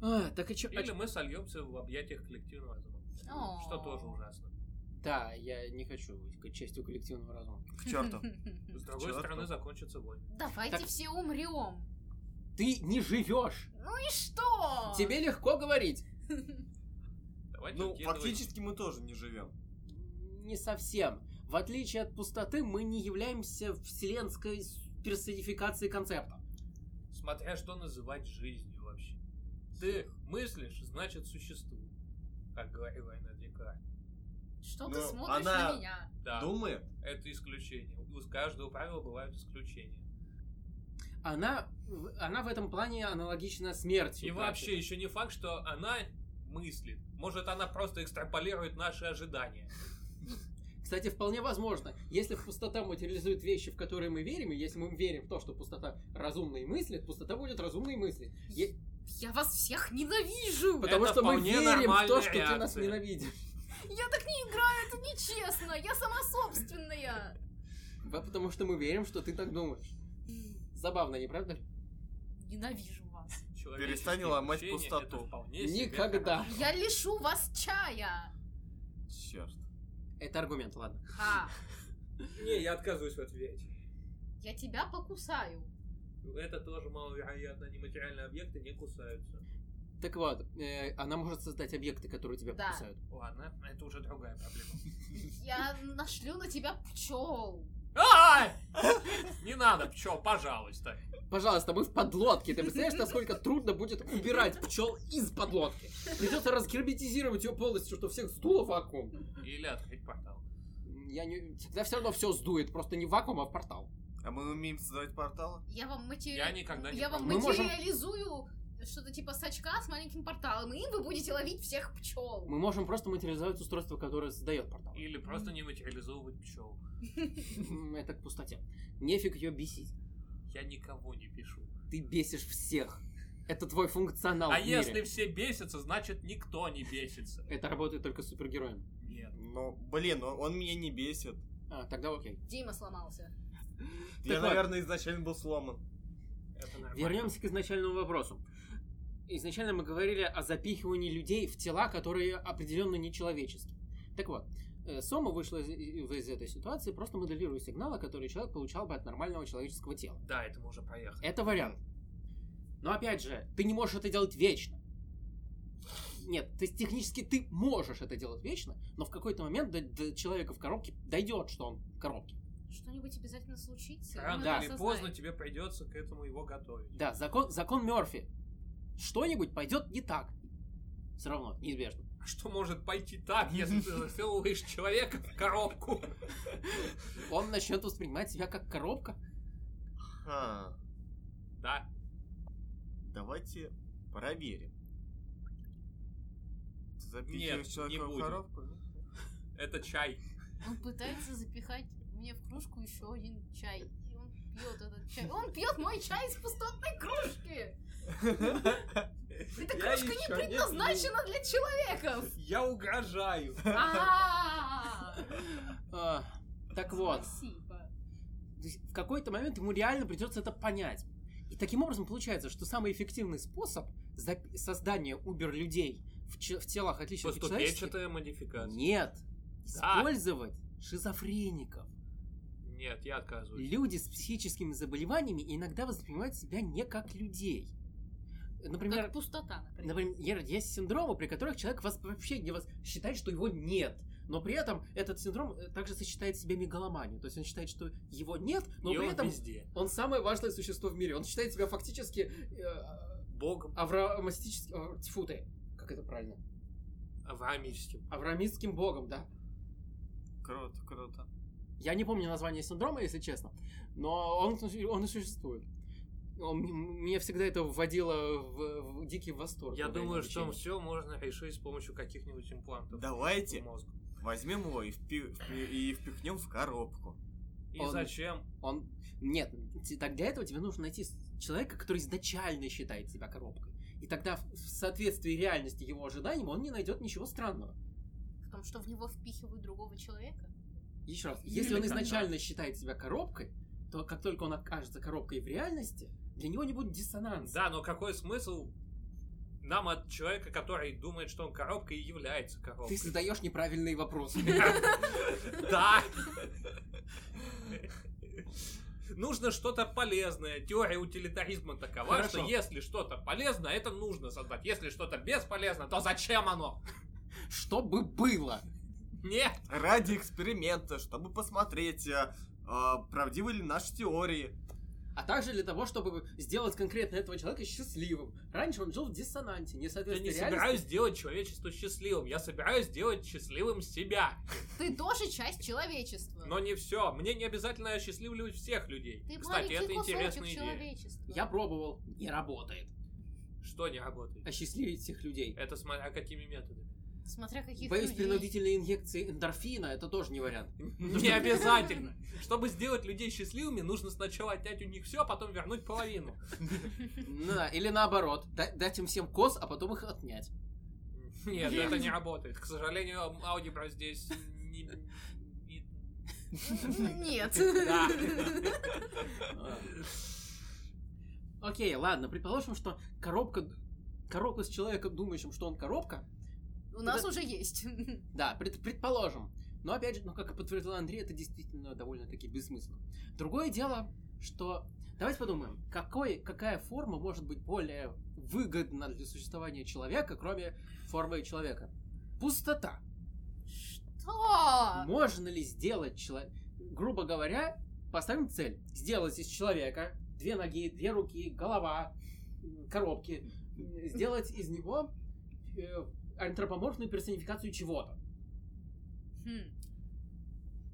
Speaker 1: А, так и чё- а
Speaker 3: Или
Speaker 1: чё-
Speaker 3: мы сольемся в объятиях коллективного разума.
Speaker 4: О.
Speaker 3: Что тоже ужасно.
Speaker 1: Да, я не хочу быть к- частью коллективного разума.
Speaker 2: К
Speaker 4: (laughs)
Speaker 2: черту.
Speaker 3: С другой
Speaker 2: Чёрт,
Speaker 3: стороны,
Speaker 2: ну.
Speaker 3: закончится война.
Speaker 4: Давайте
Speaker 1: Так-
Speaker 4: все умрем.
Speaker 1: Ты не живешь!
Speaker 4: Ну и что?
Speaker 1: Тебе легко говорить!
Speaker 3: Давайте
Speaker 2: Ну,
Speaker 3: выкидывать.
Speaker 2: фактически мы тоже не живем.
Speaker 1: Не совсем. В отличие от пустоты, мы не являемся вселенской с- персонификацией концепта.
Speaker 3: Смотря что называть жизнью вообще. Ты мыслишь, значит существует. Как говорила Айна Декарт.
Speaker 4: Что
Speaker 2: Ну,
Speaker 4: ты смотришь
Speaker 2: она-
Speaker 4: на меня?
Speaker 3: Да,
Speaker 2: Думает?
Speaker 3: это исключение. У каждого правила бывают исключения.
Speaker 1: Она, в- она в этом плане аналогична смерти.
Speaker 3: И вообще, еще не факт, что она мыслит. Может, она просто экстраполирует наши ожидания.
Speaker 1: Кстати, вполне возможно, если пустота материализует вещи, в которые мы верим, и если мы верим в то, что пустота разумные мысли, пустота будет разумные мысли. Е-
Speaker 4: Я вас всех ненавижу!
Speaker 1: Потому
Speaker 3: Это
Speaker 1: что мы
Speaker 3: вполне
Speaker 1: верим в то,
Speaker 3: нормальная
Speaker 1: что ты нас
Speaker 3: реакция.
Speaker 1: ненавидишь. (laughs)
Speaker 4: Я так не играю, это нечестно! Я сама собственная!
Speaker 1: Да, Потому что мы верим, что ты так думаешь. Забавно, не правда ли?
Speaker 4: Ненавижу вас.
Speaker 3: Человеческие
Speaker 2: Перестань ломать
Speaker 3: ощущения
Speaker 2: пустоту.
Speaker 3: это вполне себе
Speaker 1: Никогда.
Speaker 3: хорошо.
Speaker 4: Я лишу вас чая!
Speaker 2: Черт.
Speaker 1: Это аргумент, ладно.
Speaker 4: Ха!
Speaker 3: Не, я отказываюсь в ответе.
Speaker 4: Я тебя покусаю.
Speaker 3: Это тоже маловероятно. Нематериальные объекты не кусаются.
Speaker 1: Так вот, э, она может создать объекты, которые тебя
Speaker 4: Да.
Speaker 1: покусают.
Speaker 3: Ладно, это уже другая проблема.
Speaker 4: Я нашлю на тебя пчел.
Speaker 3: Ай! Не надо, пчел, пожалуйста.
Speaker 1: Пожалуйста, мы в подлодке. Ты представляешь, насколько трудно будет убирать пчел из подлодки? Придется разгерметизировать ее полностью, чтобы всех сдуло вакуум.
Speaker 3: Или открыть портал.
Speaker 1: Я не... Тогда все равно все сдует, просто не в вакуум, а в портал.
Speaker 2: А мы умеем создавать порталы?
Speaker 4: Я вам матери...
Speaker 3: Я никогда не
Speaker 4: Я вам
Speaker 1: пробовал. Мы можем-
Speaker 4: материализую что-то типа сачка с маленьким порталом, и им вы будете ловить всех пчел.
Speaker 1: Мы можем просто материализовать устройство, которое создает портал.
Speaker 3: Или просто не материализовывать пчел.
Speaker 1: М, Это к пустоте. Нефиг ее бесить.
Speaker 3: Я никого не пишу.
Speaker 1: Ты бесишь всех. Это твой функционал.
Speaker 3: А
Speaker 1: в мире.
Speaker 3: если все бесятся, значит никто не бесится.
Speaker 1: Это работает только с супергероем.
Speaker 3: Нет.
Speaker 2: Ну, блин, он- он меня не бесит.
Speaker 1: А, тогда окей.
Speaker 4: Дима сломался.
Speaker 2: Я,
Speaker 1: вот.
Speaker 2: наверное, изначально был сломан.
Speaker 3: Это нормально.
Speaker 1: Вернемся к изначальному вопросу. Изначально мы говорили о запихивании людей в тела, которые определенно нечеловеческие. Так вот, э, Сома вышла из, из этой ситуации, просто моделируя сигналы, которые человек получал бы от нормального человеческого тела.
Speaker 3: Да, это мы уже поехали.
Speaker 1: Это вариант. Но опять же, ты не можешь это делать вечно. Нет, то есть технически ты можешь это делать вечно, но в какой-то момент до, до человека в коробке дойдет, что он в коробке.
Speaker 4: Что-нибудь обязательно случится. и он
Speaker 3: Рано
Speaker 1: Да.
Speaker 4: это
Speaker 3: или
Speaker 4: осознает.
Speaker 3: поздно тебе придется к этому его готовить.
Speaker 1: Да, закон, закон Мерфи. Что-нибудь пойдет не так. Все равно, неизбежно.
Speaker 3: А Что может пойти так, если ты засовываешь человека в коробку?
Speaker 1: Он начнет воспринимать себя как коробка.
Speaker 2: Ха.
Speaker 3: Да.
Speaker 2: Давайте проверим. Ты запихиваешь
Speaker 3: не
Speaker 2: человека в
Speaker 3: будем.
Speaker 2: коробку?
Speaker 3: Это чай.
Speaker 4: Он пытается запихать мне в кружку еще один чай. И он пьет этот чай. Он пьет мой чай из пустотной кружки! Эта
Speaker 1: Я
Speaker 4: кружка
Speaker 1: ещё
Speaker 4: не
Speaker 1: не
Speaker 4: предназначена для
Speaker 1: (laughs)
Speaker 4: человеков!
Speaker 1: Я угрожаю.
Speaker 4: А-а-а!
Speaker 1: А, Так вот,
Speaker 4: Спасибо.
Speaker 1: То есть в какой-то момент ему реально придется это понять. И таким образом получается, что самый эффективный способ запи- создания убер-людей в, че- в телах отличных от человеческих-
Speaker 3: Поступенчатая модификация.
Speaker 1: Нет.
Speaker 3: Да.
Speaker 1: Использовать шизофреников.
Speaker 3: Нет, я отказываюсь.
Speaker 1: Люди с психическими заболеваниями иногда воспринимают себя не как людей. Например,
Speaker 4: Как пустота, например.
Speaker 1: Например, е- есть синдромы, при которых человек вас вообще не вас считает, что его нет. Но при этом этот синдром э, также сочетает в себе мегаломанию. То есть он считает, что его нет, но
Speaker 3: И
Speaker 1: при
Speaker 3: он
Speaker 1: этом
Speaker 3: везде.
Speaker 1: он самое важное существо в мире. Он считает себя фактически э,
Speaker 3: Богом
Speaker 1: авраамистическим... э, Тьфу ты, как это правильно?
Speaker 3: авраамическим.
Speaker 1: Авраамистским богом, да.
Speaker 2: Круто, круто.
Speaker 1: Я не помню название синдрома, если честно, но он, он и существует. Он- м- меня всегда это вводило в, в дикий восторг.
Speaker 3: Я
Speaker 1: во время
Speaker 3: думаю, что
Speaker 1: обучения.
Speaker 3: все можно решить с помощью каких-нибудь имплантов. в
Speaker 2: Давайте
Speaker 3: мозг.
Speaker 2: возьмем его и, впи- впи- и впихнем в коробку.
Speaker 3: И
Speaker 1: Он-
Speaker 3: зачем?
Speaker 1: Он... Нет, т- так для этого тебе нужно найти с- человека, который изначально считает себя коробкой. И тогда в в соответствии реальности его ожиданиям он не найдет ничего странного.
Speaker 4: В том, что в него впихивают другого человека.
Speaker 1: Еще раз,
Speaker 3: Или
Speaker 1: если он
Speaker 3: кота.
Speaker 1: изначально считает себя коробкой, то как только он окажется коробкой в реальности, для него не будет диссонанса.
Speaker 3: Да, но какой смысл нам от человека, который думает, что он коробка и является
Speaker 1: Ты
Speaker 3: коробкой?
Speaker 1: задаешь неправильные вопросы.
Speaker 3: (laughs)
Speaker 1: (laughs)
Speaker 3: Да! Нужно что-то полезное. Теория утилитаризма такова,
Speaker 1: Хорошо.
Speaker 3: что если что-то полезно, это нужно создать. Если что-то бесполезно, то зачем оно?
Speaker 1: Что бы было?
Speaker 3: Нет!
Speaker 2: Ради эксперимента, чтобы посмотреть, э, э, правдивы ли наши теории.
Speaker 1: А также для того, чтобы сделать конкретно этого человека счастливым. Раньше он жил в диссонансе, не
Speaker 3: Я не
Speaker 1: соответствует
Speaker 3: собираюсь делать человечество счастливым. Я собираюсь делать счастливым себя.
Speaker 4: Ты тоже часть человечества.
Speaker 3: Но не все. Мне не обязательно осчастливливать всех людей.
Speaker 4: Ты
Speaker 3: Кстати, это
Speaker 4: маленький кусочек
Speaker 3: интересная идея.
Speaker 4: человечества.
Speaker 1: Я пробовал, не работает.
Speaker 3: Что не работает?
Speaker 1: Осчастливить всех людей.
Speaker 3: Это смотря какими
Speaker 4: (laughs)
Speaker 3: методами.
Speaker 4: Смотря каких
Speaker 1: Боюсь,
Speaker 4: людей.
Speaker 1: принудительной инъекции эндорфина это тоже не вариант.
Speaker 3: Не обязательно. Чтобы сделать людей счастливыми, нужно сначала отнять у них все, а потом вернуть половину.
Speaker 1: Ну Да, или наоборот, да- дать им всем кос, а потом их отнять.
Speaker 3: Нет, это не работает. К сожалению, алгебра здесь не...
Speaker 4: (laughs) (laughs)
Speaker 3: не-
Speaker 1: (laughs)
Speaker 4: Нет.
Speaker 3: Да.
Speaker 1: А. Окей, ладно, предположим, что коробка... Коробка с человеком, думающим, что он коробка,
Speaker 4: (laughs) У нас
Speaker 1: Это-
Speaker 4: уже есть. (laughs)
Speaker 1: Да, пред- предположим. Но опять же, ну как и подтвердил Андрей, это действительно довольно-таки бессмысленно. Другое дело, что... Давайте подумаем, какой, какая форма может быть более выгодна для существования человека, кроме формы человека? Пустота.
Speaker 4: Что?
Speaker 1: Можно ли сделать человека... Грубо говоря, поставим цель. Сделать из человека две ноги, две руки, голова, м, коробки. М, Сделать из него э, антропоморфную персонификацию чего-то.
Speaker 4: Хм.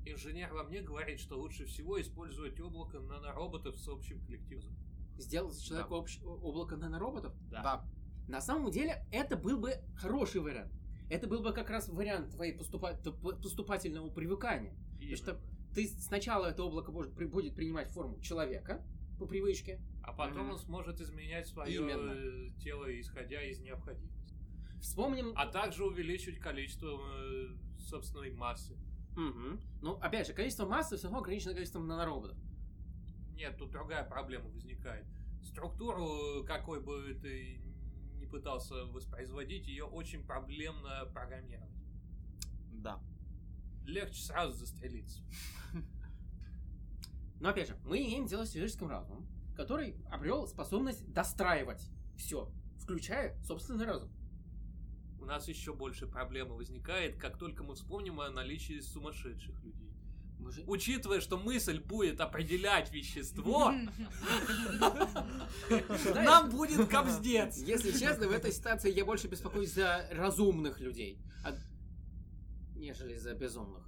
Speaker 3: Инженер во мне говорит, что лучше всего использовать облако нанороботов с общим коллективом.
Speaker 1: сделал из человека общ- облако нанороботов?
Speaker 3: Да.
Speaker 1: На самом деле, это был бы хороший вариант. Это был бы как раз вариант твоей поступа- т- п- поступательного привыкания.
Speaker 3: Именно.
Speaker 1: что- Ты сначала это облако может, при- будет принимать форму человека по привычке.
Speaker 3: А потом
Speaker 1: Мгм.
Speaker 3: он сможет изменять свое
Speaker 1: Именно.
Speaker 3: э, тело, исходя из необходимости.
Speaker 1: Вспомним...
Speaker 3: А также увеличить количество э, собственной массы.
Speaker 1: Мгм. Ну, опять же, количество массы все равно ограничено количеством нанороботов.
Speaker 3: Нет, тут другая проблема возникает. Структуру, э, какой бы ты ни пытался воспроизводить, ее очень проблемно программировать.
Speaker 2: Да.
Speaker 3: Легче сразу застрелиться.
Speaker 1: Но опять же, мы имеем дело с человеческим разумом, который обрел способность достраивать все, включая собственный разум.
Speaker 3: У нас еще больше проблемы возникает, как только мы вспомним о наличии сумасшедших людей.
Speaker 1: Мы
Speaker 3: (laughs)
Speaker 1: же...
Speaker 3: Учитывая, что мысль будет определять
Speaker 1: (laughs)
Speaker 3: вещество,
Speaker 1: Знаешь, (laughs)
Speaker 3: нам будет кобздец.
Speaker 1: Если честно, в этой ситуации я больше беспокоюсь за разумных людей, а- нежели за безумных.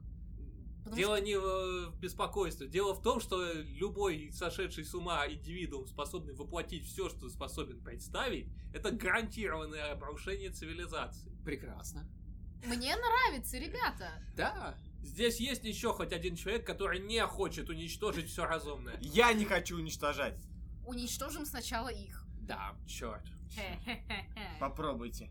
Speaker 4: Потому
Speaker 3: Дело не в э, беспокойстве. Дело в том, что любой сошедший с ума индивидуум, способный воплотить все, что способен представить, это гарантированное обрушение цивилизации.
Speaker 1: Прекрасно.
Speaker 4: Мне нравится, ребята.
Speaker 1: Да.
Speaker 3: Здесь есть еще хоть один человек, который не хочет уничтожить все разумное.
Speaker 2: Я не хочу уничтожать.
Speaker 4: Уничтожим сначала их. (laughs)
Speaker 1: Да.
Speaker 3: Черт.
Speaker 4: Хе-хе-хе.
Speaker 2: Попробуйте.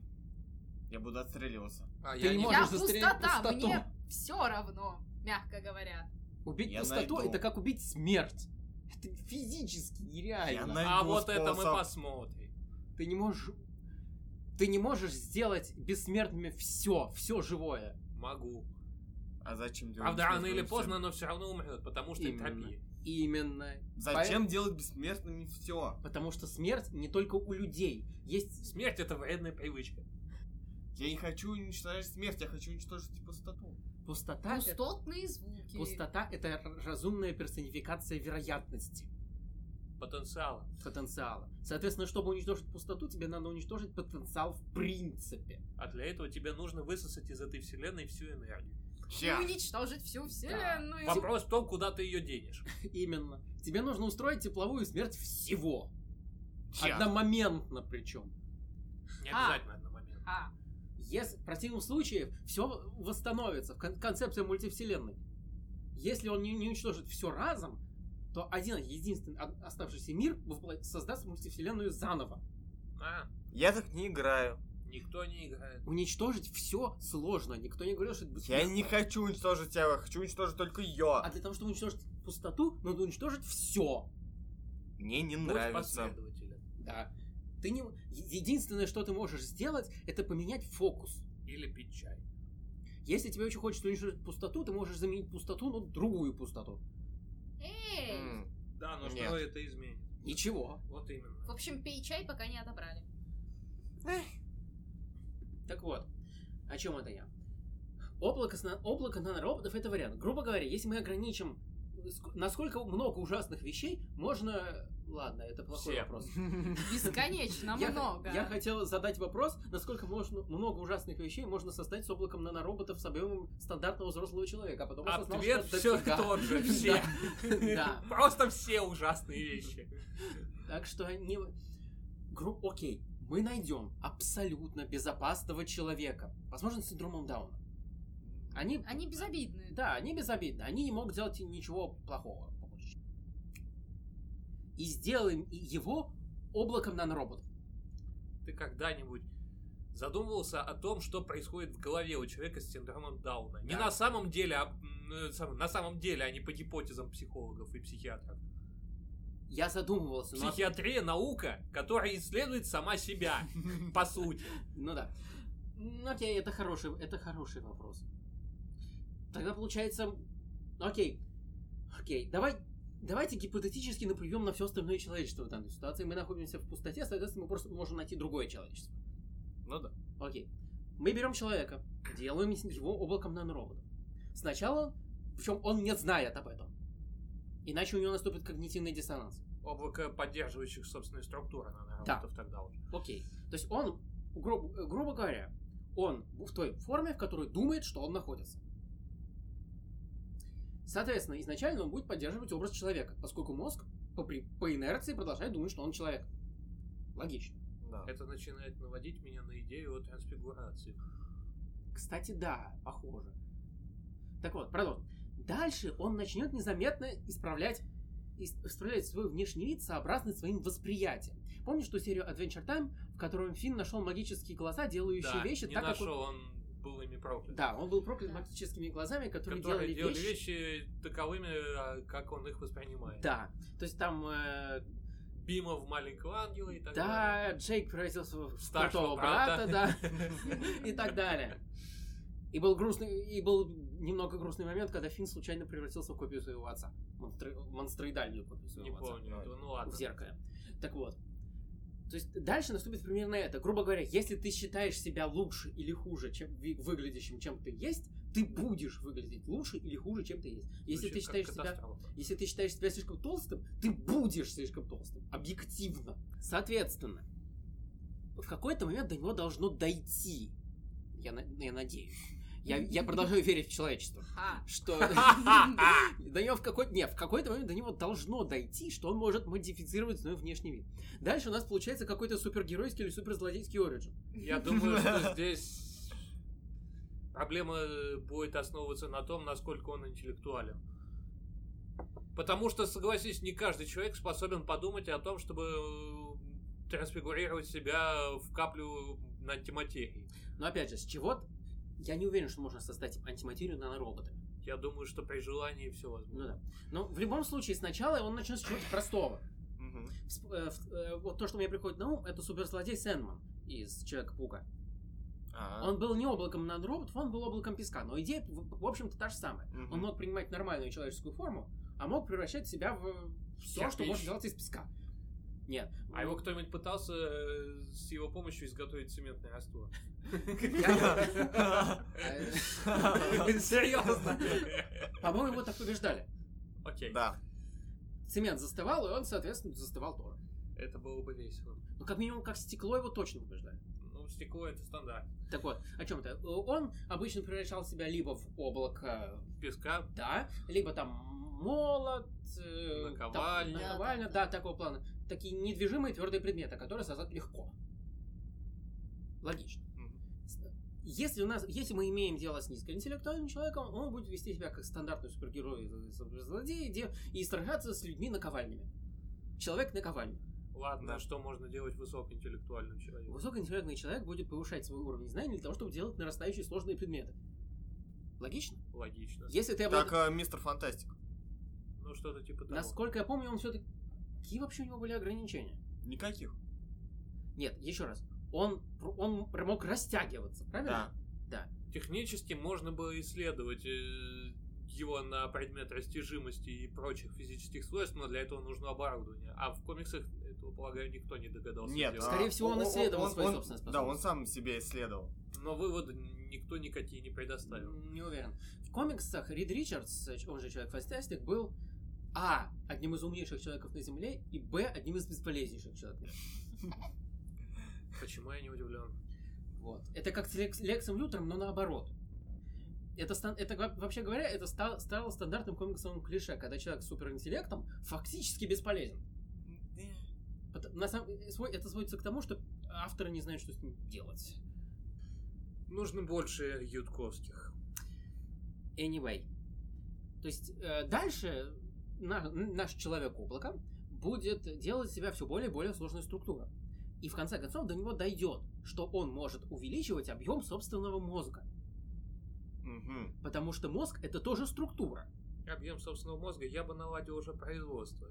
Speaker 2: Я буду отстреливаться.
Speaker 3: А
Speaker 1: Ты
Speaker 3: я не
Speaker 1: не
Speaker 4: Я
Speaker 1: можешь застрелить
Speaker 4: пустота,
Speaker 1: пустоту.
Speaker 4: мне все равно, мягко говоря.
Speaker 1: Убить
Speaker 2: Я
Speaker 1: пустоту
Speaker 2: найду.
Speaker 1: это как убить смерть. Это физически нереально.
Speaker 2: Я найду
Speaker 3: А вот это мы
Speaker 2: способ.
Speaker 3: посмотрим.
Speaker 1: Ты не можешь. Ты не можешь сделать бессмертными все, все живое.
Speaker 3: Могу.
Speaker 2: А зачем делать?
Speaker 3: Правда, рано или
Speaker 2: бессмертным
Speaker 3: поздно
Speaker 2: всё?
Speaker 3: оно все равно умрет, потому что
Speaker 1: Именно.
Speaker 3: энтропия.
Speaker 1: Именно.
Speaker 2: Зачем делать бессмертными все?
Speaker 1: Потому что смерть не только у людей. Есть.
Speaker 3: Смерть это вредная привычка.
Speaker 2: Я не хочу уничтожать смерть, я хочу уничтожить пустоту.
Speaker 1: Пустота.
Speaker 4: Ну,
Speaker 1: это-
Speaker 4: Пустотные звуки.
Speaker 1: Пустота это р- разумная персонификация вероятности
Speaker 3: Потенциала.
Speaker 1: потенциала. Соответственно, чтобы уничтожить пустоту, тебе надо уничтожить потенциал в принципе.
Speaker 3: А для этого тебе нужно высосать из этой вселенной всю энергию.
Speaker 4: И
Speaker 3: Ну,
Speaker 2: Ща.
Speaker 4: уничтожить всю вселенную.
Speaker 3: Вопрос в том, куда ты ее денешь.
Speaker 1: Именно. Тебе нужно устроить тепловую смерть всего.
Speaker 2: ща.
Speaker 1: Одномоментно причем.
Speaker 3: Не
Speaker 4: А.
Speaker 3: обязательно одномоментно.
Speaker 4: А,
Speaker 1: Если, в противном случае все восстановится. в кон- Концепция мультивселенной. Если он не, не уничтожит все разом, то один единственный о- оставшийся мир вопло- создаст мультивселенную заново.
Speaker 3: А,
Speaker 2: Я так не играю.
Speaker 3: никто не играет.
Speaker 1: Уничтожить все сложно. Никто не говорил, что это
Speaker 2: Я
Speaker 1: бессмысленно.
Speaker 2: не хочу уничтожить тебя, я хочу уничтожить только ее.
Speaker 1: А для того, чтобы уничтожить пустоту, надо уничтожить все.
Speaker 2: Мне не
Speaker 3: Будь
Speaker 2: нравится.
Speaker 3: последователен.
Speaker 1: Да. Ты не... е- Единственное, что ты можешь сделать, это поменять фокус.
Speaker 3: Или пить чай.
Speaker 1: Если тебе очень хочется уничтожить пустоту, ты можешь заменить пустоту на другую пустоту. (laughs)
Speaker 4: эй.
Speaker 2: М,
Speaker 3: Да, но
Speaker 2: Нет.
Speaker 3: что это изменит?
Speaker 1: Ничего.
Speaker 3: Вот
Speaker 4: В
Speaker 3: именно.
Speaker 4: общем, пей чай, пока не отобрали.
Speaker 1: (laughs) Так вот, о чем это я? Облако, сна- облако нанороботов это вариант. Грубо говоря, если мы ограничим, ск- насколько много ужасных вещей можно... Ладно, это плохой
Speaker 3: Все.
Speaker 1: вопрос.
Speaker 4: Бесконечно
Speaker 1: Я-
Speaker 4: много.
Speaker 1: Я хотел задать вопрос, насколько можно много ужасных вещей можно создать с облаком нанороботов с объемом стандартного взрослого человека, а потом осознал,
Speaker 3: Ответ
Speaker 1: что это
Speaker 3: все
Speaker 1: фига.
Speaker 3: тот
Speaker 1: (laughs)
Speaker 3: же. Все.
Speaker 1: Да.
Speaker 3: Просто все ужасные вещи.
Speaker 1: Так что не... Гру... Окей, мы найдем абсолютно безопасного человека, возможно, с синдромом Дауна. Они...
Speaker 4: Они безобидные.
Speaker 1: Да, они безобидны, они не могут делать ничего плохого. по большей части. И сделаем и его облаком нанороботов.
Speaker 3: Ты когда-нибудь задумывался о том, что происходит в голове у человека с синдромом Дауна? Не
Speaker 1: Да.
Speaker 3: на самом деле, а м, э, сам- на самом деле, а не по гипотезам психологов и психиатров.
Speaker 1: Я задумывался, но...
Speaker 3: Психиатрия наука, которая исследует сама себя,
Speaker 1: (laughs)
Speaker 3: по сути.
Speaker 1: Ну да. Ну, окей, это хороший, это хороший вопрос. Тогда получается... Окей. Окей, давай... Давайте гипотетически наплюем на все остальное человечество в данной ситуации. Мы находимся в пустоте, соответственно, мы просто можем найти другое человечество.
Speaker 2: Ну да.
Speaker 1: Окей. Мы берем человека, делаем из его облаком наноробота. Сначала, причем он не знает об этом. Иначе у него наступит когнитивный диссонанс.
Speaker 3: Облако поддерживающих собственные структуры, наверное,
Speaker 1: Да.
Speaker 3: роботов тогда уже.
Speaker 1: Окей. То есть он, гру- грубо говоря, он в той форме, в которой думает, что он находится. Соответственно, изначально он будет поддерживать образ человека, поскольку мозг по, при- по инерции продолжает думать, что он человек. Логично.
Speaker 2: Да.
Speaker 3: Это начинает наводить меня на идею о трансфигурации.
Speaker 1: Кстати, да, похоже. Так вот, продолжим. Дальше он начнет незаметно исправлять, ис- исправлять свой внешний вид сообразно своим восприятием. Помнишь ту серию Adventure Time, в котором Финн нашел магические глаза, делающие
Speaker 3: Да,
Speaker 1: вещи
Speaker 3: не
Speaker 1: так, как он
Speaker 3: нашел, он был ими проклят.
Speaker 1: Да, он был проклят
Speaker 4: Да.
Speaker 1: магическими глазами, которые,
Speaker 3: Которые
Speaker 1: делали,
Speaker 3: делали
Speaker 1: вещи.
Speaker 3: вещи таковыми, а, как он их воспринимает.
Speaker 1: Да. То есть там э,
Speaker 3: Бима в маленького ангела и так далее.
Speaker 1: да, Джейк превратился в
Speaker 3: Старшего
Speaker 1: крутого брата,
Speaker 3: (laughs)
Speaker 1: да, и так далее. И был грустный, и был немного грустный момент, когда Финн случайно превратился в копию своего отца, Монстр- монстроидальную копию своего
Speaker 3: Не
Speaker 1: отца.
Speaker 3: помню. этого, Ну ладно.
Speaker 1: в зеркале. Так вот. То есть дальше наступит примерно это. Грубо говоря, если ты считаешь себя лучше или хуже, чем ви- выглядящим, чем ты есть, ты будешь выглядеть лучше или хуже, чем ты есть. Если ты
Speaker 3: Звучит как
Speaker 1: считаешь себя
Speaker 3: катастрофа.
Speaker 1: Если ты считаешь себя слишком толстым, ты будешь слишком толстым. Объективно. Соответственно, в какой-то момент до него должно дойти. Я, на- ну, я надеюсь. Я, я продолжаю верить в человечество.
Speaker 4: Ха.
Speaker 1: Что до него в какой-то... Нет, в какой-то момент до него должно дойти, что он может модифицировать свой внешний вид. Дальше у нас получается (laughs) какой-то супергеройский или суперзлодейский оригин.
Speaker 3: Я думаю, что здесь проблема э, будет основываться на том, насколько он интеллектуален. Потому что, согласись, не каждый человек способен подумать о том, чтобы э, трансфигурировать себя в каплю на антиматерии.
Speaker 1: Но опять же, с чего... Я не уверен, что можно создать антиматерию наноробота.
Speaker 3: Я думаю, что при желании все возможно.
Speaker 1: Ну да. Но в любом случае, сначала он начнет с чего-то простого.
Speaker 2: Мгм.
Speaker 1: Всп- э, в- э, Вот то, что мне приходит на ум, это суперзлодей Сэндман из Человека-паука.
Speaker 2: А,
Speaker 1: Он был не облаком нанороботов, он был облаком песка. Но идея, в в общем-то, та же самая.
Speaker 2: Мгм. (laughs)
Speaker 1: Он мог принимать нормальную человеческую форму, а мог превращать себя в все, что
Speaker 3: Кирпич.
Speaker 1: можно делать из песка. Нет.
Speaker 3: А его кто-нибудь пытался э, с его помощью изготовить цементный
Speaker 1: (laughs)
Speaker 3: раствор?
Speaker 1: Э, (laughs)
Speaker 3: Серьезно?
Speaker 1: По-моему, его так побеждали.
Speaker 3: Окей.
Speaker 2: Да.
Speaker 1: Цемент застывал, и он, соответственно, застывал тоже.
Speaker 3: Это было бы весело.
Speaker 1: Ну, как минимум, как стекло его точно побеждали.
Speaker 3: Ну, стекло это стандарт.
Speaker 1: Так вот, о чем то Он обычно превращал себя либо в облако,
Speaker 3: Песка,
Speaker 1: да, либо там молот, э,
Speaker 3: Наковальня.
Speaker 1: там, наковальня, да, такого плана. Такие недвижимые твердые предметы, которые создать легко. Логично. С- Если, у нас, если мы имеем дело с низкоинтеллектуальным человеком, он будет вести себя как стандартный супергерой э, суперзлодей де- и сражаться с людьми наковальнями. Человек наковальня.
Speaker 3: Ладно,
Speaker 2: Да.
Speaker 3: а что можно делать высокоинтеллектуальным человеком?
Speaker 1: Высокоинтеллектуальный человек будет повышать свой уровень знаний для того, чтобы делать нарастающие сложные предметы. Логично?
Speaker 3: Логично.
Speaker 1: Если ты об
Speaker 2: Так,
Speaker 1: этом-
Speaker 2: а, мистер Фантастик.
Speaker 3: Ну, что-то типа того.
Speaker 1: Насколько я помню, он все-таки... Какие вообще у него были ограничения?
Speaker 2: Никаких.
Speaker 1: Нет, еще раз. Он, пр- он пр- мог растягиваться, правильно?
Speaker 2: Да.
Speaker 3: Технически можно было исследовать э, его на предмет растяжимости и прочих физических свойств, но для этого нужно оборудование. А в комиксах этого, полагаю, никто не догадался
Speaker 2: Нет.
Speaker 3: сделать.
Speaker 2: а,
Speaker 1: Скорее всего, он исследовал свои
Speaker 2: он-
Speaker 1: собственные
Speaker 2: Да, он
Speaker 1: способности.
Speaker 2: сам себе исследовал.
Speaker 3: Но выводы никто никакие не предоставил.
Speaker 1: М, Не уверен. В комиксах Рид Ричардс, э, он же Человек-Фантастик, был А. Одним из умнейших человеков на Земле и Б. Одним из бесполезнейших человек. на Земле.
Speaker 3: Почему я не удивлен?
Speaker 1: Вот. Это как с Лекс- Лексом Лютером, но наоборот. Это, стан- это во- вообще говоря, это ста- стало стандартным комиксовым клише, когда человек с суперинтеллектом фактически бесполезен. Пот- На самом... сво- Это сводится к тому, что авторы не знают, что с ним делать.
Speaker 3: Нужно больше Ютковских.
Speaker 1: Anyway. То есть э, дальше на- наш человек-облако будет делать из себя все более и более сложную структуру. И в конце концов до него дойдет, что он может увеличивать объем собственного мозга.
Speaker 2: Мгм.
Speaker 1: Потому что мозг это тоже структура.
Speaker 3: Объем собственного мозга я бы наладил уже производство.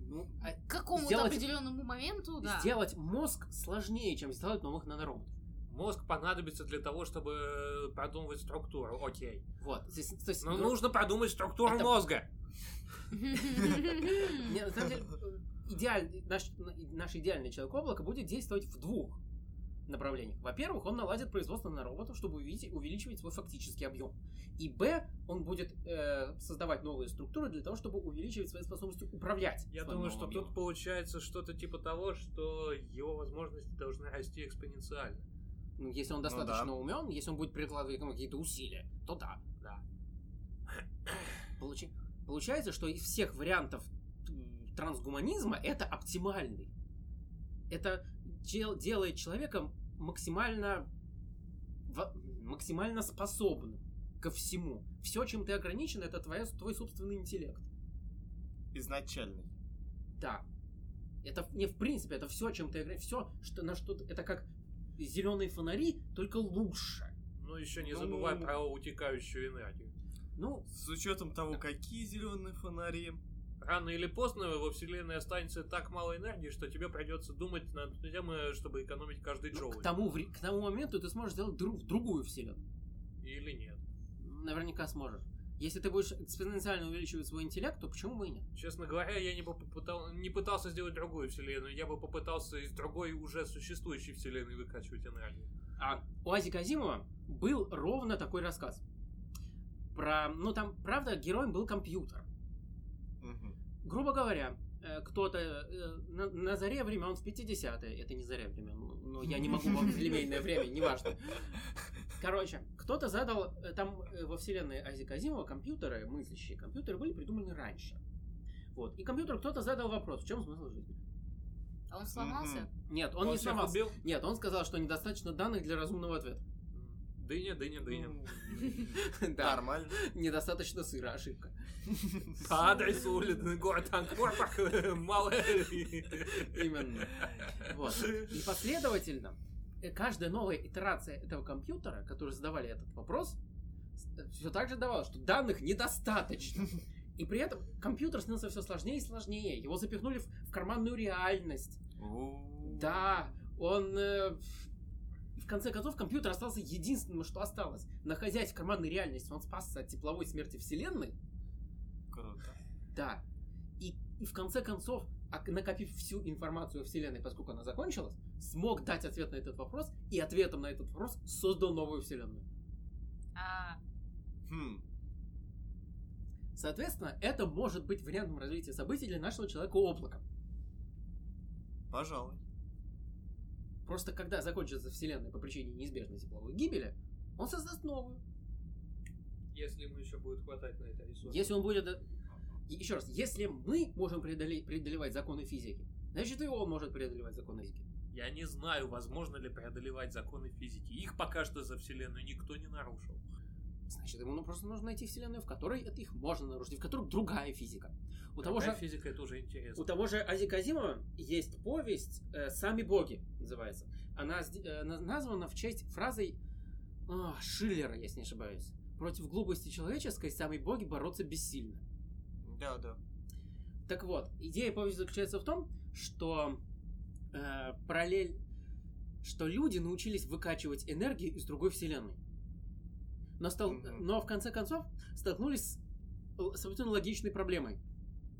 Speaker 1: Ну, а
Speaker 4: К какому-то
Speaker 1: Сделать-
Speaker 4: определенному моменту, да. (laughs)
Speaker 1: Сделать мозг сложнее, чем сделать новых нанороботов.
Speaker 3: Мозг понадобится для того, чтобы э, продумывать структуру. Окей.
Speaker 1: Вот. То есть- то есть,
Speaker 3: Но
Speaker 1: ну,
Speaker 3: нужно продумать структуру
Speaker 1: Это-
Speaker 3: мозга.
Speaker 1: (laughs) не, на самом деле, э, идеаль- наш, наш идеальный человек-облако будет действовать в двух направлениях. Во-первых, он наладит производство нанороботов, чтобы увеличить- увеличивать свой фактический объем. И Б, он будет э, создавать новые структуры для того, чтобы увеличивать свои способности управлять.
Speaker 3: Я
Speaker 1: своим
Speaker 3: думаю,
Speaker 1: новым
Speaker 3: что
Speaker 1: объемом.
Speaker 3: тут получается что-то типа того, что его возможности должны расти экспоненциально.
Speaker 1: Ну, если он
Speaker 2: Ну
Speaker 1: достаточно
Speaker 2: да.
Speaker 1: умен, если он будет прикладывать к этому какие-то усилия, то да.
Speaker 2: (clears throat)
Speaker 3: Да.
Speaker 1: Получи- Получается, что из всех вариантов м, трансгуманизма это оптимальный. Это дел- делает человека максимально во- максимально способным ко всему. Все, чем ты ограничен, это твоя- твой собственный интеллект.
Speaker 2: Изначальный.
Speaker 1: Да. Это не в принципе, это все, чем ты ограничен. Все, что на что ты- это как зеленые фонари, только лучше.
Speaker 3: Но еще не
Speaker 2: Ну-
Speaker 3: забывай про утекающую энергию.
Speaker 1: Ну,
Speaker 2: С учетом того, какие зеленые фонари.
Speaker 3: Рано или поздно во вселенной останется так мало энергии, что тебе придется думать на эту тему, чтобы экономить каждый
Speaker 1: Ну,
Speaker 3: джоуль.
Speaker 1: к, тому, вре- к тому моменту ты сможешь сделать дру- другую вселенную.
Speaker 3: Или нет.
Speaker 1: Наверняка сможешь. Если ты будешь экспоненциально увеличивать свой интеллект, то почему бы и нет?
Speaker 3: Честно говоря, я не, бы попытал- не пытался сделать другую вселенную, я бы попытался из другой уже существующей вселенной выкачивать энергию.
Speaker 1: А у Азика Азимова был ровно такой рассказ. Про, ну там, правда, героем был компьютер.
Speaker 2: Мгм.
Speaker 1: Грубо говоря, э, кто-то э, на, на заре времен в 50-е, это не заря времен, ну, ну, я не могу вам лимейное время, неважно.
Speaker 2: (laughs)
Speaker 1: Короче, кто-то задал, э, там э, во вселенной Азика Азимова компьютеры, мыслящие компьютеры были придуманы раньше. Вот. И компьютер кто-то задал вопрос, в чем смысл жизни?
Speaker 4: А он сломался?
Speaker 2: Мгм.
Speaker 1: Нет, он, не
Speaker 3: всех
Speaker 1: сломался.
Speaker 3: убил?
Speaker 1: Нет, он сказал, что недостаточно данных для разумного ответа.
Speaker 3: Дыня, дыня,
Speaker 1: Ну,
Speaker 3: дыня.
Speaker 1: (laughs) Да,
Speaker 2: Нормально.
Speaker 1: (laughs) недостаточно сыра ошибка.
Speaker 3: По адресу улицы город Анкорпах, э, малая...
Speaker 1: Именно. Вот. И последовательно э, каждая новая итерация этого компьютера, которые задавали этот вопрос, все так же давала, что данных (laughs) недостаточно. И при этом компьютер становился все сложнее и сложнее. Его запихнули в, в карманную реальность.
Speaker 2: У.
Speaker 1: Да, он... э, в- в конце концов, компьютер остался единственным, что осталось. Находясь в карманной реальности, он спасся от тепловой смерти Вселенной.
Speaker 2: Круто.
Speaker 1: Да. И, и в конце концов, ак- накопив всю информацию о Вселенной, поскольку она закончилась, смог дать ответ на этот вопрос, и ответом на этот вопрос создал новую Вселенную.
Speaker 4: А,
Speaker 2: Хм.
Speaker 1: Соответственно, это может быть вариантом развития событий для нашего человека облака.
Speaker 2: Пожалуй.
Speaker 1: Просто когда закончится Вселенная по причине неизбежной тепловой гибели, он создаст новую.
Speaker 3: Если ему еще будет хватать на это ресурс.
Speaker 1: Если он будет... э, и Еще раз, если мы можем преодоле- преодолевать законы физики, значит и он может преодолевать законы физики.
Speaker 3: Я не знаю, возможно ли преодолевать законы физики. Их пока что за Вселенную никто не нарушил.
Speaker 1: Значит, ему ну, просто нужно найти Вселенную, в которой это их можно нарушить, и в которой другая физика. У того же...
Speaker 3: физика это уже интересно.
Speaker 1: У того же Ази Казимова есть повесть э, «Сами боги» называется. Она сди- э, на- названа в честь фразой а, Шиллера, если не ошибаюсь. «Против глупости человеческой сами боги бороться бессильно».
Speaker 2: Да, да.
Speaker 1: Так вот, идея повести заключается в том, что э, параллель, что люди научились выкачивать энергию из другой вселенной. Но, стол-
Speaker 2: Мгм.
Speaker 1: но в конце концов столкнулись с л- собственно логичной проблемой.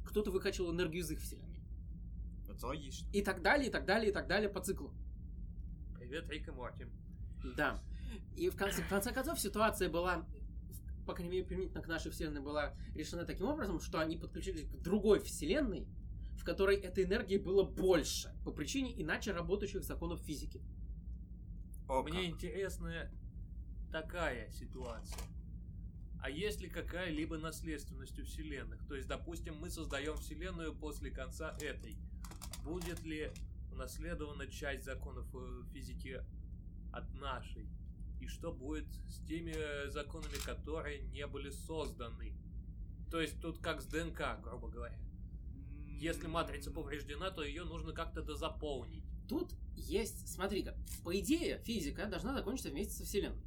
Speaker 1: Кто-то выкачивал энергию из их вселенной.
Speaker 2: Это логично.
Speaker 1: И так далее, и так далее, и так далее по циклу.
Speaker 3: Привет, Рик и Морти.
Speaker 1: Да. И в конце, в конце концов ситуация была, в- по крайней мере, применительно к нашей вселенной, была решена таким образом, что они подключились к другой вселенной, в которой этой энергии было больше, по причине иначе работающих законов физики.
Speaker 2: О,
Speaker 3: Мне
Speaker 2: как.
Speaker 3: интересная такая ситуация. А есть ли какая-либо наследственность у вселенных? То есть, допустим, мы создаем вселенную после конца этой. Будет ли унаследована часть законов э, физики от нашей? И что будет с теми э, законами, которые не были созданы? То есть тут как с ДНК, грубо говоря. Если матрица повреждена, то ее нужно как-то дозаполнить.
Speaker 1: Тут есть, смотри-ка, по идее физика должна закончиться вместе со вселенной.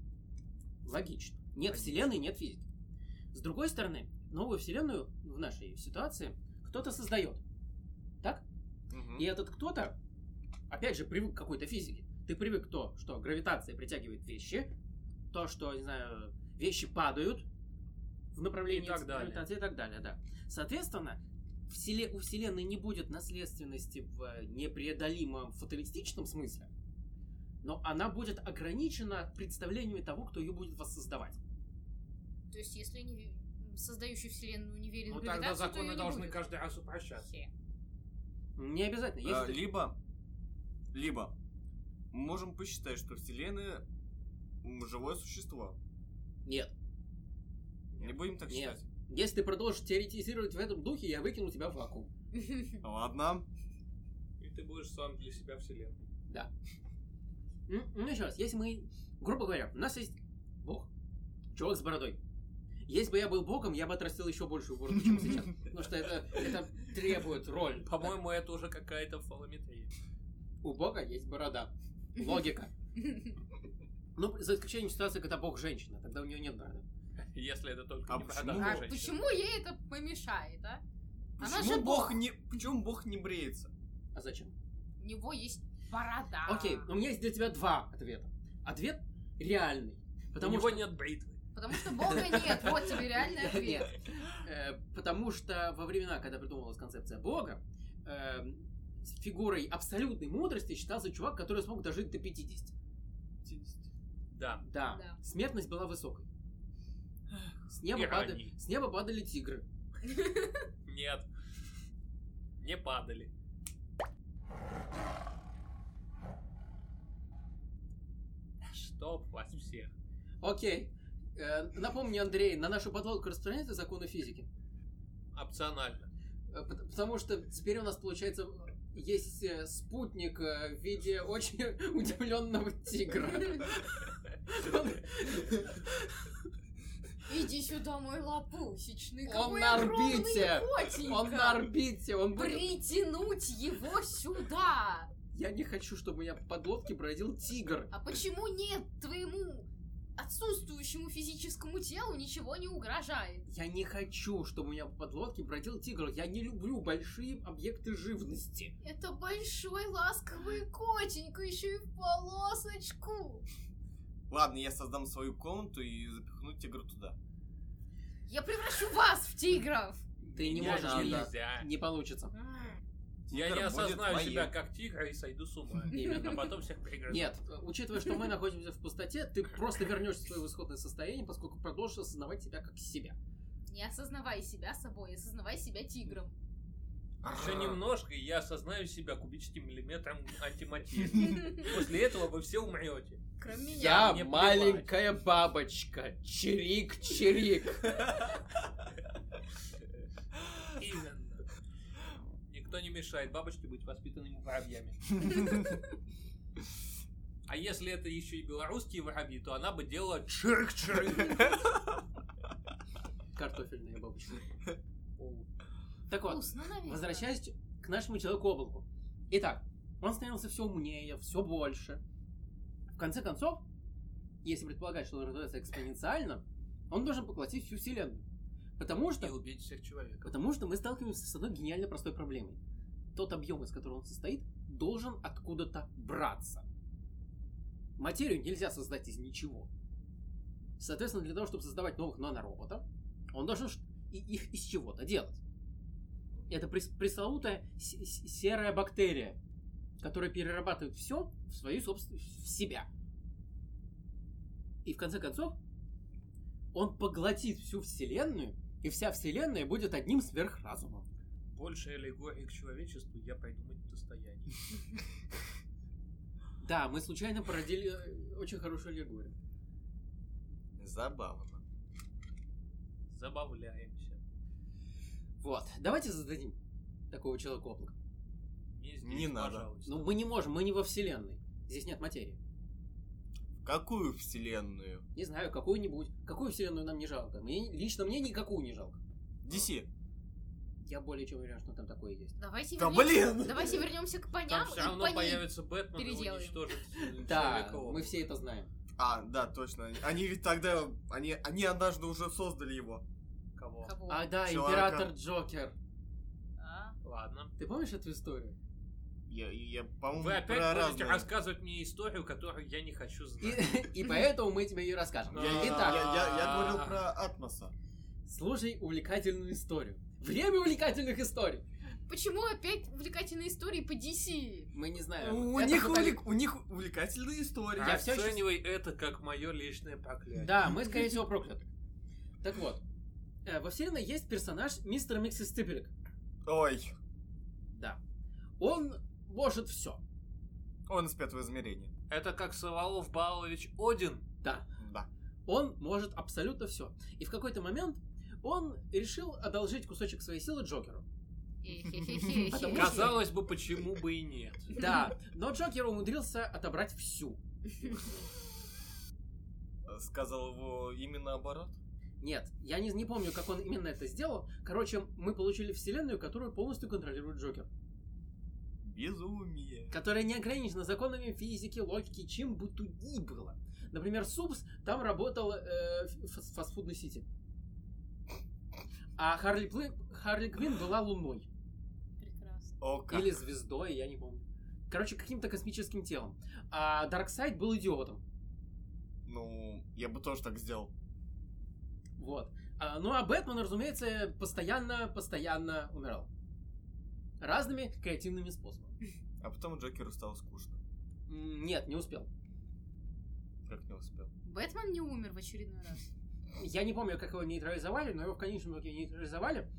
Speaker 1: Логично. Нет
Speaker 2: Логично.
Speaker 1: вселенной, нет физики. С другой стороны, новую вселенную в нашей ситуации кто-то создает.
Speaker 2: Мгм.
Speaker 1: И этот кто-то, опять же, привык к какой-то физике. Ты привык к то, что гравитация притягивает вещи, то, что, не знаю, вещи падают в направлении
Speaker 3: И так далее.
Speaker 1: гравитации и так далее, да. Соответственно, вселе- у Вселенной не будет наследственности в э, непреодолимом фаталистичном смысле, но она будет ограничена представлениями того, кто ее будет воссоздавать.
Speaker 4: то есть, если не ве- создающий вселенную не верит
Speaker 3: Ну
Speaker 4: в
Speaker 3: тогда
Speaker 4: гравитацию, то её
Speaker 3: законы
Speaker 4: не
Speaker 3: должны
Speaker 4: будет.
Speaker 3: каждый раз упрощаться.
Speaker 4: Хе.
Speaker 1: Не обязательно.
Speaker 2: А,
Speaker 1: Если ты-
Speaker 2: Либо... Либо... Мы можем посчитать, что Вселенная м, живое существо.
Speaker 1: Нет.
Speaker 2: Не будем так
Speaker 1: Нет.
Speaker 2: считать.
Speaker 1: Если ты продолжишь теоретизировать в этом духе, я выкину тебя в вакуум.
Speaker 2: Ладно.
Speaker 3: И ты будешь сам для себя вселенной.
Speaker 1: М, Ну, еще раз, если мы, грубо говоря, у нас есть бог, чувак с бородой. Если бы я был богом, я бы отрастил еще большую бороду, чем
Speaker 3: (laughs)
Speaker 1: сейчас. Потому что это, это требует роль.
Speaker 3: По-моему, это уже какая-то фалометрия.
Speaker 1: У бога есть борода. Логика. Ну, за исключением ситуации, когда бог женщина, тогда у нее нет бороды.
Speaker 3: Если это только
Speaker 2: А
Speaker 3: не
Speaker 2: почему?
Speaker 4: (laughs)
Speaker 3: продажа
Speaker 4: А
Speaker 3: женщин.
Speaker 4: почему ей это помешает, а? Она
Speaker 2: Почему
Speaker 4: же
Speaker 2: бог
Speaker 4: бог.
Speaker 2: не... Почему бог не бреется?
Speaker 1: А зачем?
Speaker 4: У него есть борода.
Speaker 1: Окей, у меня есть для тебя два ответа. Ответ реальный.
Speaker 3: У
Speaker 1: Потому
Speaker 3: него
Speaker 1: что,
Speaker 3: нет бритвы.
Speaker 4: Потому что бога нет, вот тебе реальный ответ.
Speaker 1: (laughs) э, потому что во времена, когда придумывалась концепция бога, э, с фигурой абсолютной мудрости считался чувак, который смог дожить до 50.
Speaker 3: Да.
Speaker 1: Да.
Speaker 4: Да.
Speaker 1: Смертность была высокой. С неба,
Speaker 3: И
Speaker 1: пада-
Speaker 3: ранней.
Speaker 1: с неба падали тигры.
Speaker 3: Нет. Не падали. Чтоб вас всех.
Speaker 1: Окей. Э, Напомни, Андрей, на нашу подводку распространяются законы физики.
Speaker 3: Опционально.
Speaker 1: Э, пот- Потому что теперь у нас получается э,
Speaker 4: (laughs)
Speaker 1: есть э, спутник э, в виде очень удивленного тигра.
Speaker 4: Иди сюда, мой лопусечный.
Speaker 1: Он
Speaker 4: какой
Speaker 1: на
Speaker 4: огромный
Speaker 1: орбите!
Speaker 4: котенька.
Speaker 1: Он на орбите, он будет...
Speaker 4: Притянуть его сюда!
Speaker 1: Я не хочу, чтобы у меня под лодки бродил тигр.
Speaker 4: А почему нет твоему отсутствующему физическому телу ничего не угрожает?
Speaker 1: Я не хочу, чтобы у меня под лодки бродил тигр. Я не люблю большие объекты живности.
Speaker 4: Это большой ласковый котенька, еще и в полосочку.
Speaker 2: Ладно, я создам свою комнату и запихну тигра туда.
Speaker 4: Я превращу вас в тигров!
Speaker 1: Ты не
Speaker 3: Меня
Speaker 1: можешь меня-
Speaker 3: нельзя.
Speaker 1: Не получится.
Speaker 4: М,
Speaker 3: Я
Speaker 2: Тигр
Speaker 3: не
Speaker 2: будет
Speaker 3: осознаю
Speaker 2: моим.
Speaker 3: себя как тигра и сойду с ума.
Speaker 1: Именно. (laughs)
Speaker 3: А потом всех пригрызу.
Speaker 1: Нет, учитывая, что мы находимся в пустоте, ты просто вернешься в свое исходное состояние, поскольку продолжишь осознавать себя как себя.
Speaker 4: Не осознавай себя собой, осознавай себя тигром.
Speaker 3: Еще немножко, и я осознаю себя кубическим миллиметром антиматерии.
Speaker 4: (laughs)
Speaker 3: После этого вы все умрете.
Speaker 4: Кроме меня.
Speaker 1: Я
Speaker 3: мне плевать.
Speaker 1: маленькая бабочка. Чирик-чирик.
Speaker 3: Именно. Никто не мешает бабочке быть воспитанными воробьями. А если это еще и белорусские воробьи, то она бы делала чирк-чирк.
Speaker 1: Картофельная бабочка. Так вот,
Speaker 4: Вкусно, наверное.
Speaker 1: возвращаясь к нашему человеку облаку. Итак, он становился все умнее, все больше. В конце концов, если предполагать, что он развивается экспоненциально, он должен поглотить всю Вселенную. Потому что
Speaker 3: И убить всех человеков.
Speaker 1: Потому что мы сталкиваемся с одной гениально простой проблемой. Тот объем, из которого он состоит, должен откуда-то браться. Материю нельзя создать из ничего. Соответственно, для того, чтобы создавать новых нанороботов, он должен ш- и- их из чего-то делать. Это прес- пресловутая с- с- серая бактерия, которая перерабатывает все в свою собственную в себя. И в конце концов, он поглотит всю Вселенную и вся вселенная будет одним сверхразумом.
Speaker 3: Больше аллегории к человечеству я придумать в состоянии.
Speaker 1: Да, мы случайно породили э, очень хорошую аллегорию.
Speaker 2: Забавно.
Speaker 3: Забавляемся.
Speaker 1: Вот, давайте зададим такого человека облако.
Speaker 3: Не, здесь,
Speaker 2: Не надо.
Speaker 3: пожалуйста.
Speaker 1: Ну, мы не можем, мы не во вселенной. Здесь нет материи.
Speaker 2: В какую вселенную?
Speaker 1: Не знаю, какую-нибудь. Какую вселенную нам не жалко? Мне, лично мне никакую не жалко.
Speaker 2: DC.
Speaker 1: Я более чем уверен, что там такое есть.
Speaker 4: Давайте,
Speaker 2: Да
Speaker 4: вернемся,
Speaker 2: блин!
Speaker 4: давайте вернемся к
Speaker 3: Там
Speaker 4: поням
Speaker 3: все
Speaker 4: и
Speaker 3: равно
Speaker 4: по ней.
Speaker 3: появится Бэтмен и
Speaker 4: переделаем.
Speaker 3: уничтожит э,
Speaker 1: Да,
Speaker 3: человека.
Speaker 1: мы все это знаем.
Speaker 2: А, да, точно. Они- Они ведь тогда... Они, они однажды уже создали его.
Speaker 3: Кого?
Speaker 4: Кого?
Speaker 1: А, да,
Speaker 2: Человека.
Speaker 1: император Джокер.
Speaker 4: А?
Speaker 3: Ладно.
Speaker 1: Ты помнишь эту
Speaker 2: (laughs)
Speaker 1: историю?
Speaker 2: Я, я по-моему,
Speaker 3: Вы опять
Speaker 2: про
Speaker 3: будете
Speaker 2: разные.
Speaker 3: рассказывать мне историю, которую я не хочу
Speaker 1: И,
Speaker 3: знать.
Speaker 1: и поэтому мы тебе ее расскажем.
Speaker 2: Я, я-
Speaker 1: Итак,
Speaker 2: я- я- я говорил про Атмоса.
Speaker 1: слушай увлекательную историю. Время увлекательных историй.
Speaker 4: Почему опять увлекательные истории по
Speaker 1: (laughs)
Speaker 4: DC?
Speaker 1: Мы не знаем.
Speaker 2: У
Speaker 1: Э, Это
Speaker 2: них,
Speaker 1: пытались-
Speaker 2: увлек- у них увлекательные истории.
Speaker 1: Я всё
Speaker 3: Оценивай это как мое личное проклятие.
Speaker 1: Да, мы, скорее всего, прокляты. Так вот, э, во вселенной есть персонаж мистер Миксис Стыпелек.
Speaker 2: Ой,
Speaker 1: Да. Он может все.
Speaker 2: он из пятого измерения.
Speaker 3: Это как Саваоф Балович Один.
Speaker 1: Да.
Speaker 2: Да.
Speaker 1: Он может абсолютно все. И в какой-то момент он решил одолжить кусочек своей силы Джокеру. Потому что-
Speaker 3: Казалось бы, почему бы и нет.
Speaker 1: Да, но Джокер умудрился отобрать всю.
Speaker 2: Сказал его именно наоборот.
Speaker 1: Нет, я не, не помню, как он именно это сделал. Короче, мы получили вселенную, которую полностью контролирует Джокер.
Speaker 2: Безумие.
Speaker 1: которая не ограничена законами физики, логики, чем бы то ни было. Например, Супс, там работал э, фас- фастфудный сити. А Харли, Плы- Харли Квинн была луной.
Speaker 4: Прекрасно.
Speaker 2: О, как.
Speaker 1: Или звездой, я не помню. Короче, каким-то космическим телом. А Дарксайд был идиотом.
Speaker 2: Ну, я бы тоже так сделал.
Speaker 1: Вот. А, ну а Бэтмен, разумеется, постоянно-постоянно умирал. Разными креативными способами.
Speaker 2: А потом Джокеру стало скучно.
Speaker 1: М, Нет, не успел.
Speaker 2: Как не успел.
Speaker 4: Бэтмен не умер в очередной раз.
Speaker 1: (laughs) Я не помню, как его нейтрализовали, но его в конечном итоге нейтрализовали.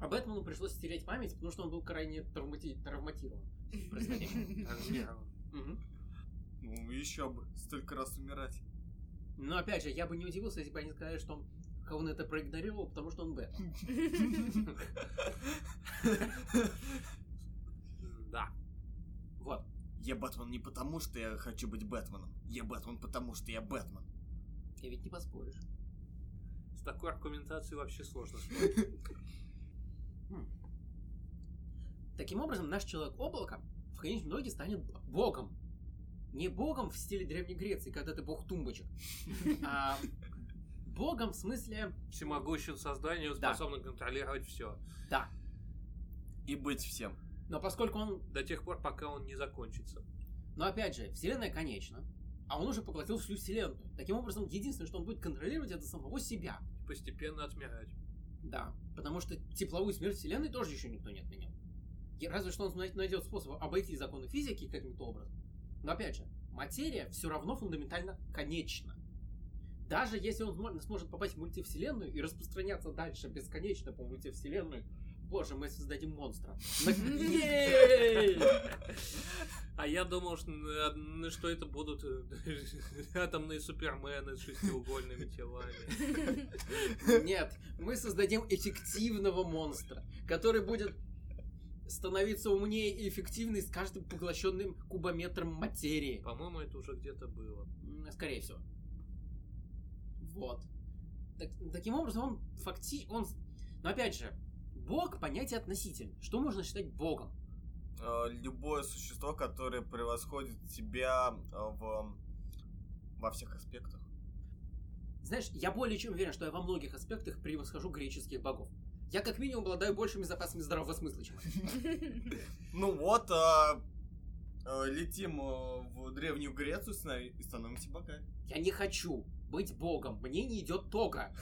Speaker 1: А Бэтмену пришлось стереть память, потому что он был крайне травмати- травматирован.
Speaker 4: (laughs)
Speaker 1: происходящим. Мгм.
Speaker 2: Ну, еще бы. Столько раз умирать.
Speaker 1: Но опять же, я бы не удивился, если бы они сказали, что он он это проигнорировал, потому что он Бэтмен.
Speaker 3: Да.
Speaker 1: Вот.
Speaker 2: Я Бэтмен не потому, что я хочу быть Бэтменом. Я Бэтмен потому, что я Бэтмен.
Speaker 1: И ведь не поспоришь.
Speaker 3: С такой аргументацией вообще сложно.
Speaker 1: Таким образом, наш человек-облако в конечном итоге станет б- богом. Не богом в стиле Древней Греции, когда ты бог тумбочек, а богом в смысле...
Speaker 3: Всемогущим созданием
Speaker 1: Да.
Speaker 3: способным контролировать все.
Speaker 1: Да.
Speaker 2: И быть всем.
Speaker 1: Но поскольку он...
Speaker 3: До тех пор, пока он не закончится.
Speaker 1: Но опять же, вселенная конечна, а он уже поглотил всю вселенную. Таким образом, единственное, что он будет контролировать, это самого себя.
Speaker 3: И постепенно отмирать. (laughs)
Speaker 1: Да, потому что тепловую смерть вселенной тоже еще никто не отменил. И Разве что он най- найдет способ обойти законы физики каким-то образом. Но опять же, материя все равно фундаментально конечна. Даже если он смо- сможет попасть в мультивселенную и распространяться дальше бесконечно по мультивселенной, боже, мы создадим монстра. На- Ей!
Speaker 3: А я думал, что, э, (laughs) что это будут э, атомные супермены с шестиугольными телами.
Speaker 1: Нет, мы создадим эффективного монстра, который будет становиться умнее и эффективнее с каждым поглощенным кубометром материи.
Speaker 3: По-моему, это уже где-то было.
Speaker 1: М, Скорее всего. Вот. Так- таким образом, он факти... Он... с- Но опять же, бог — понятие относительное. Что можно считать богом?
Speaker 2: Э, Любое существо, которое превосходит тебя э, в, во всех аспектах.
Speaker 1: Знаешь, я более чем уверен, что я во многих аспектах превосхожу греческих богов. Я как минимум обладаю большими запасами здравого смысла, чем они.
Speaker 2: Ну вот, э, э, летим э, в Древнюю Грецию ста- и становимся богами.
Speaker 1: Я не хочу быть богом. Мне не идет тога.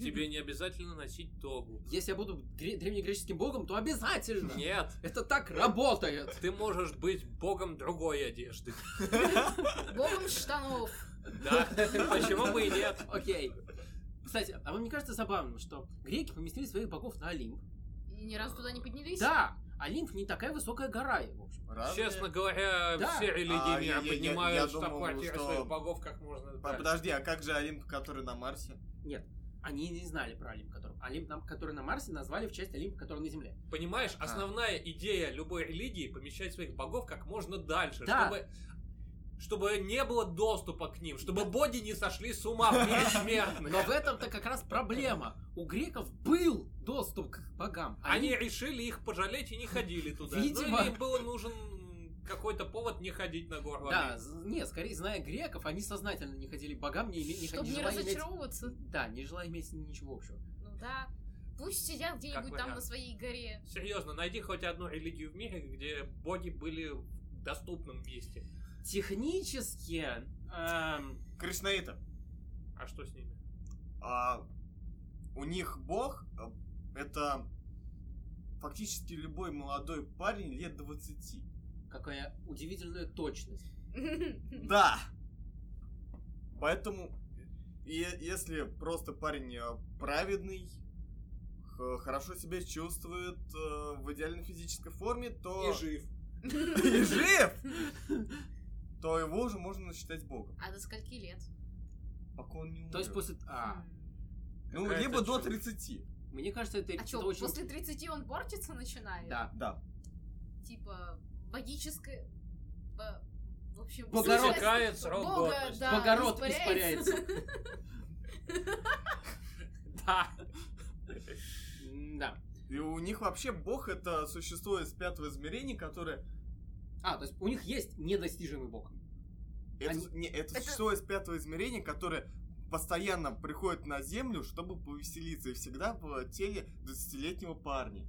Speaker 3: Тебе не обязательно носить тогу.
Speaker 1: Если я буду гре- древнегреческим богом, то обязательно!
Speaker 3: Нет,
Speaker 1: Это так работает!
Speaker 3: ты можешь быть богом другой одежды.
Speaker 4: Богом штанов.
Speaker 3: Да, почему бы и нет?
Speaker 1: Окей. Кстати, а вам не кажется забавным, что греки поместили своих богов на Олимп?
Speaker 4: И ни разу туда не поднялись?
Speaker 1: Да, Олимп не такая высокая гора, в общем.
Speaker 2: Разве?
Speaker 3: Честно говоря,
Speaker 1: Да.
Speaker 3: все религии
Speaker 2: А, я-
Speaker 3: мира
Speaker 2: я- я- я
Speaker 3: поднимают
Speaker 2: думал,
Speaker 3: штаб-квартиры
Speaker 2: что-
Speaker 3: своих богов как можно
Speaker 2: А,
Speaker 3: дальше.
Speaker 2: подожди, а как же Олимп, который на Марсе?
Speaker 1: Они не знали про Олимп, который, Олимп, нам- который на Марсе назвали в честь Олимпа, который на Земле.
Speaker 3: Понимаешь,
Speaker 2: А.
Speaker 3: основная идея любой религии помещать своих богов как можно дальше,
Speaker 1: Да.
Speaker 3: чтобы чтобы не было доступа к ним, чтобы боги не сошли с ума в
Speaker 1: (laughs)
Speaker 3: мире смертных.
Speaker 1: Но в этом-то как раз проблема. У греков был доступ к богам.
Speaker 3: Они решили их пожалеть и не ходили туда. Ну,
Speaker 1: Видимо.
Speaker 3: или им был нужен м, какой-то повод не ходить на горло.
Speaker 1: Да, з- не, скорее, зная греков, они сознательно не ходили к богам, не, име- не,
Speaker 4: Чтобы
Speaker 1: не
Speaker 4: не
Speaker 1: желая иметь-
Speaker 4: разочаровываться.
Speaker 1: Да, не желая иметь ничего общего.
Speaker 4: Ну да. Пусть сидят где-нибудь там
Speaker 3: вариант.
Speaker 4: на своей горе.
Speaker 3: Серьезно, найди хоть одну религию в мире, где боги были в доступном месте.
Speaker 1: Технически... эм,
Speaker 2: Кришнаита.
Speaker 3: А что с ними?
Speaker 2: А у них бог э, это фактически любой молодой парень лет 20.
Speaker 1: какая удивительная точность.
Speaker 2: Да. Поэтому е- если просто парень э, праведный, х- хорошо себя чувствует э, в идеальной физической форме, то...
Speaker 3: жив.
Speaker 2: (laughs) И жив! То его уже можно считать богом.
Speaker 4: А до скольки лет?
Speaker 2: Пока он не умер.
Speaker 1: То есть после... А,
Speaker 2: Ну,
Speaker 3: Какая-то
Speaker 2: либо до
Speaker 3: чушь.
Speaker 2: 30.
Speaker 1: мне кажется, это,
Speaker 4: А
Speaker 1: это
Speaker 4: что,
Speaker 1: очень...
Speaker 4: после 30 он портится начинает?
Speaker 1: Да.
Speaker 2: Да.
Speaker 4: Типа, богическое... бо- В общем,
Speaker 1: Богород.
Speaker 4: сущность
Speaker 3: Какая срок
Speaker 4: Бога,
Speaker 3: годности.
Speaker 4: да,
Speaker 1: Богород
Speaker 4: испаряется.
Speaker 3: Да.
Speaker 1: М, Да.
Speaker 2: И у них вообще бог это существо из пятого измерения, которое
Speaker 1: А, то есть у них есть недостижимый бог.
Speaker 2: Это,
Speaker 1: Они-
Speaker 2: с- не, это
Speaker 4: Это-
Speaker 2: существо из пятого измерения, которое постоянно приходит на Землю, чтобы повеселиться, и всегда в теле 20-летнего парня.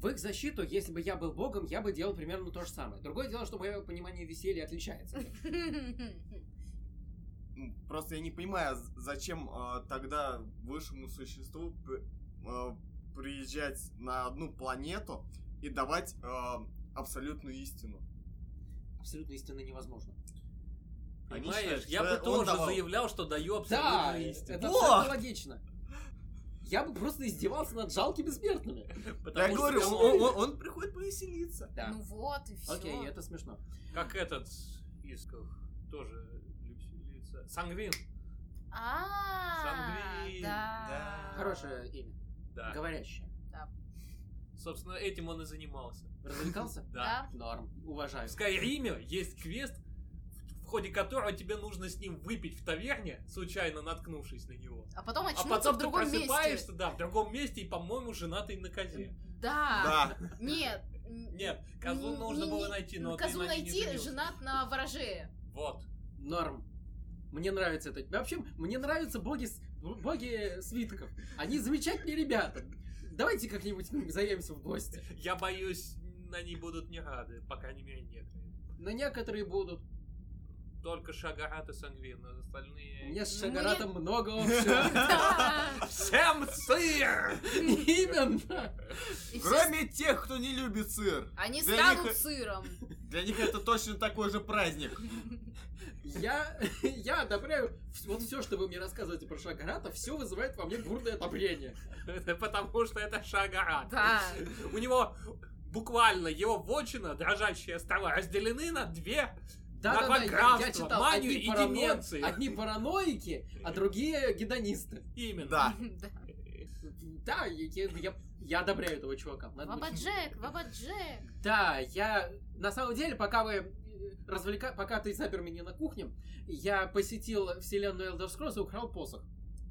Speaker 1: В их защиту, если бы я был богом, я бы делал примерно то же самое. Другое дело, что мое понимание веселья отличается.
Speaker 2: Ну, Просто я не понимаю, з- зачем э, тогда высшему существу п- э, приезжать на одну планету и давать э, абсолютную истину.
Speaker 1: Абсолютно истинно невозможно.
Speaker 2: Они
Speaker 3: Понимаешь,
Speaker 2: считают,
Speaker 3: я
Speaker 2: что
Speaker 3: бы
Speaker 2: он
Speaker 3: тоже
Speaker 2: давал.
Speaker 3: заявлял, что даю
Speaker 1: Да,
Speaker 3: абсолютно истину.
Speaker 1: это
Speaker 2: Вот!
Speaker 1: абсолютно логично. Я бы просто издевался над жалкими смертными.
Speaker 2: Я
Speaker 3: Потому что
Speaker 2: говорю,
Speaker 3: кому-
Speaker 2: он, он- он приходит повеселиться.
Speaker 1: Да.
Speaker 4: Ну вот, и все.
Speaker 1: Окей, это смешно.
Speaker 3: Как этот исков тоже лица. Сангвин.
Speaker 4: А,
Speaker 3: Сангвин,
Speaker 4: да.
Speaker 2: да.
Speaker 1: Хорошее имя.
Speaker 3: Да.
Speaker 1: Говорящее.
Speaker 3: Собственно, этим он и занимался.
Speaker 1: Развлекался?
Speaker 3: Да.
Speaker 1: Норм.
Speaker 3: В
Speaker 1: Уважаю.
Speaker 3: Скайриме есть квест, в- в ходе которого тебе нужно с ним выпить в таверне, случайно наткнувшись на него.
Speaker 4: А потом
Speaker 3: А
Speaker 4: очнуться
Speaker 3: потом
Speaker 4: в
Speaker 3: ты
Speaker 4: другом
Speaker 3: просыпаешься,
Speaker 4: месте.
Speaker 3: да, в другом месте и, по-моему, женатый на козе.
Speaker 4: Да.
Speaker 2: Да.
Speaker 4: Нет. н-
Speaker 3: Нет, козу
Speaker 4: н-
Speaker 3: нужно
Speaker 4: не-
Speaker 3: было
Speaker 4: не- ну,
Speaker 3: найти, но ты
Speaker 4: Козу
Speaker 3: на ней не
Speaker 4: найти,
Speaker 3: женился.
Speaker 4: женат на
Speaker 3: (laughs)
Speaker 4: вороже.
Speaker 3: Вот.
Speaker 1: Норм. Мне нравится это. Вообще, мне нравятся боги, с- боги свитков. Они замечательные ребята. Давайте как-нибудь к ним заявимся в гости.
Speaker 3: Я боюсь, на ней будут не рады, по крайней мере, некоторые.
Speaker 1: Но некоторые будут.
Speaker 3: Только Шагарат и Сангвин, а остальные...
Speaker 1: У меня с
Speaker 4: Ну, мне-
Speaker 1: Шагаратом
Speaker 3: (laughs)
Speaker 1: много общего.
Speaker 4: Да.
Speaker 3: Всем сыр!
Speaker 1: Именно.
Speaker 4: И всё
Speaker 2: Кроме тех, кто не любит сыр.
Speaker 4: Они
Speaker 2: Для
Speaker 4: станут
Speaker 2: них-
Speaker 4: сыром.
Speaker 2: Для них это точно такой же праздник.
Speaker 1: Я, я одобряю вс- вот все, что вы мне рассказываете про Шагарата, все вызывает во мне бурное одобрение.
Speaker 3: Это Потому что это (laughs) Шагарат.
Speaker 4: Да.
Speaker 3: У него буквально его вотчина, дрожащие острова, разделены на две.
Speaker 1: Да, да, да, я,
Speaker 3: Новографство,
Speaker 1: я читал
Speaker 3: манию
Speaker 1: одни,
Speaker 3: и
Speaker 1: парано-
Speaker 3: деменции.
Speaker 1: одни параноики, а другие гедонисты.
Speaker 3: Именно.
Speaker 2: Да.
Speaker 4: Да.
Speaker 1: Да, я, я- я одобряю этого чувака. Надо
Speaker 4: Ваба
Speaker 1: будет-
Speaker 4: Джек, Ваба Джек.
Speaker 1: Да, я на самом деле, пока вы э, развлека... пока ты запер меня на кухне, я посетил вселенную Elder Scrolls и украл посох.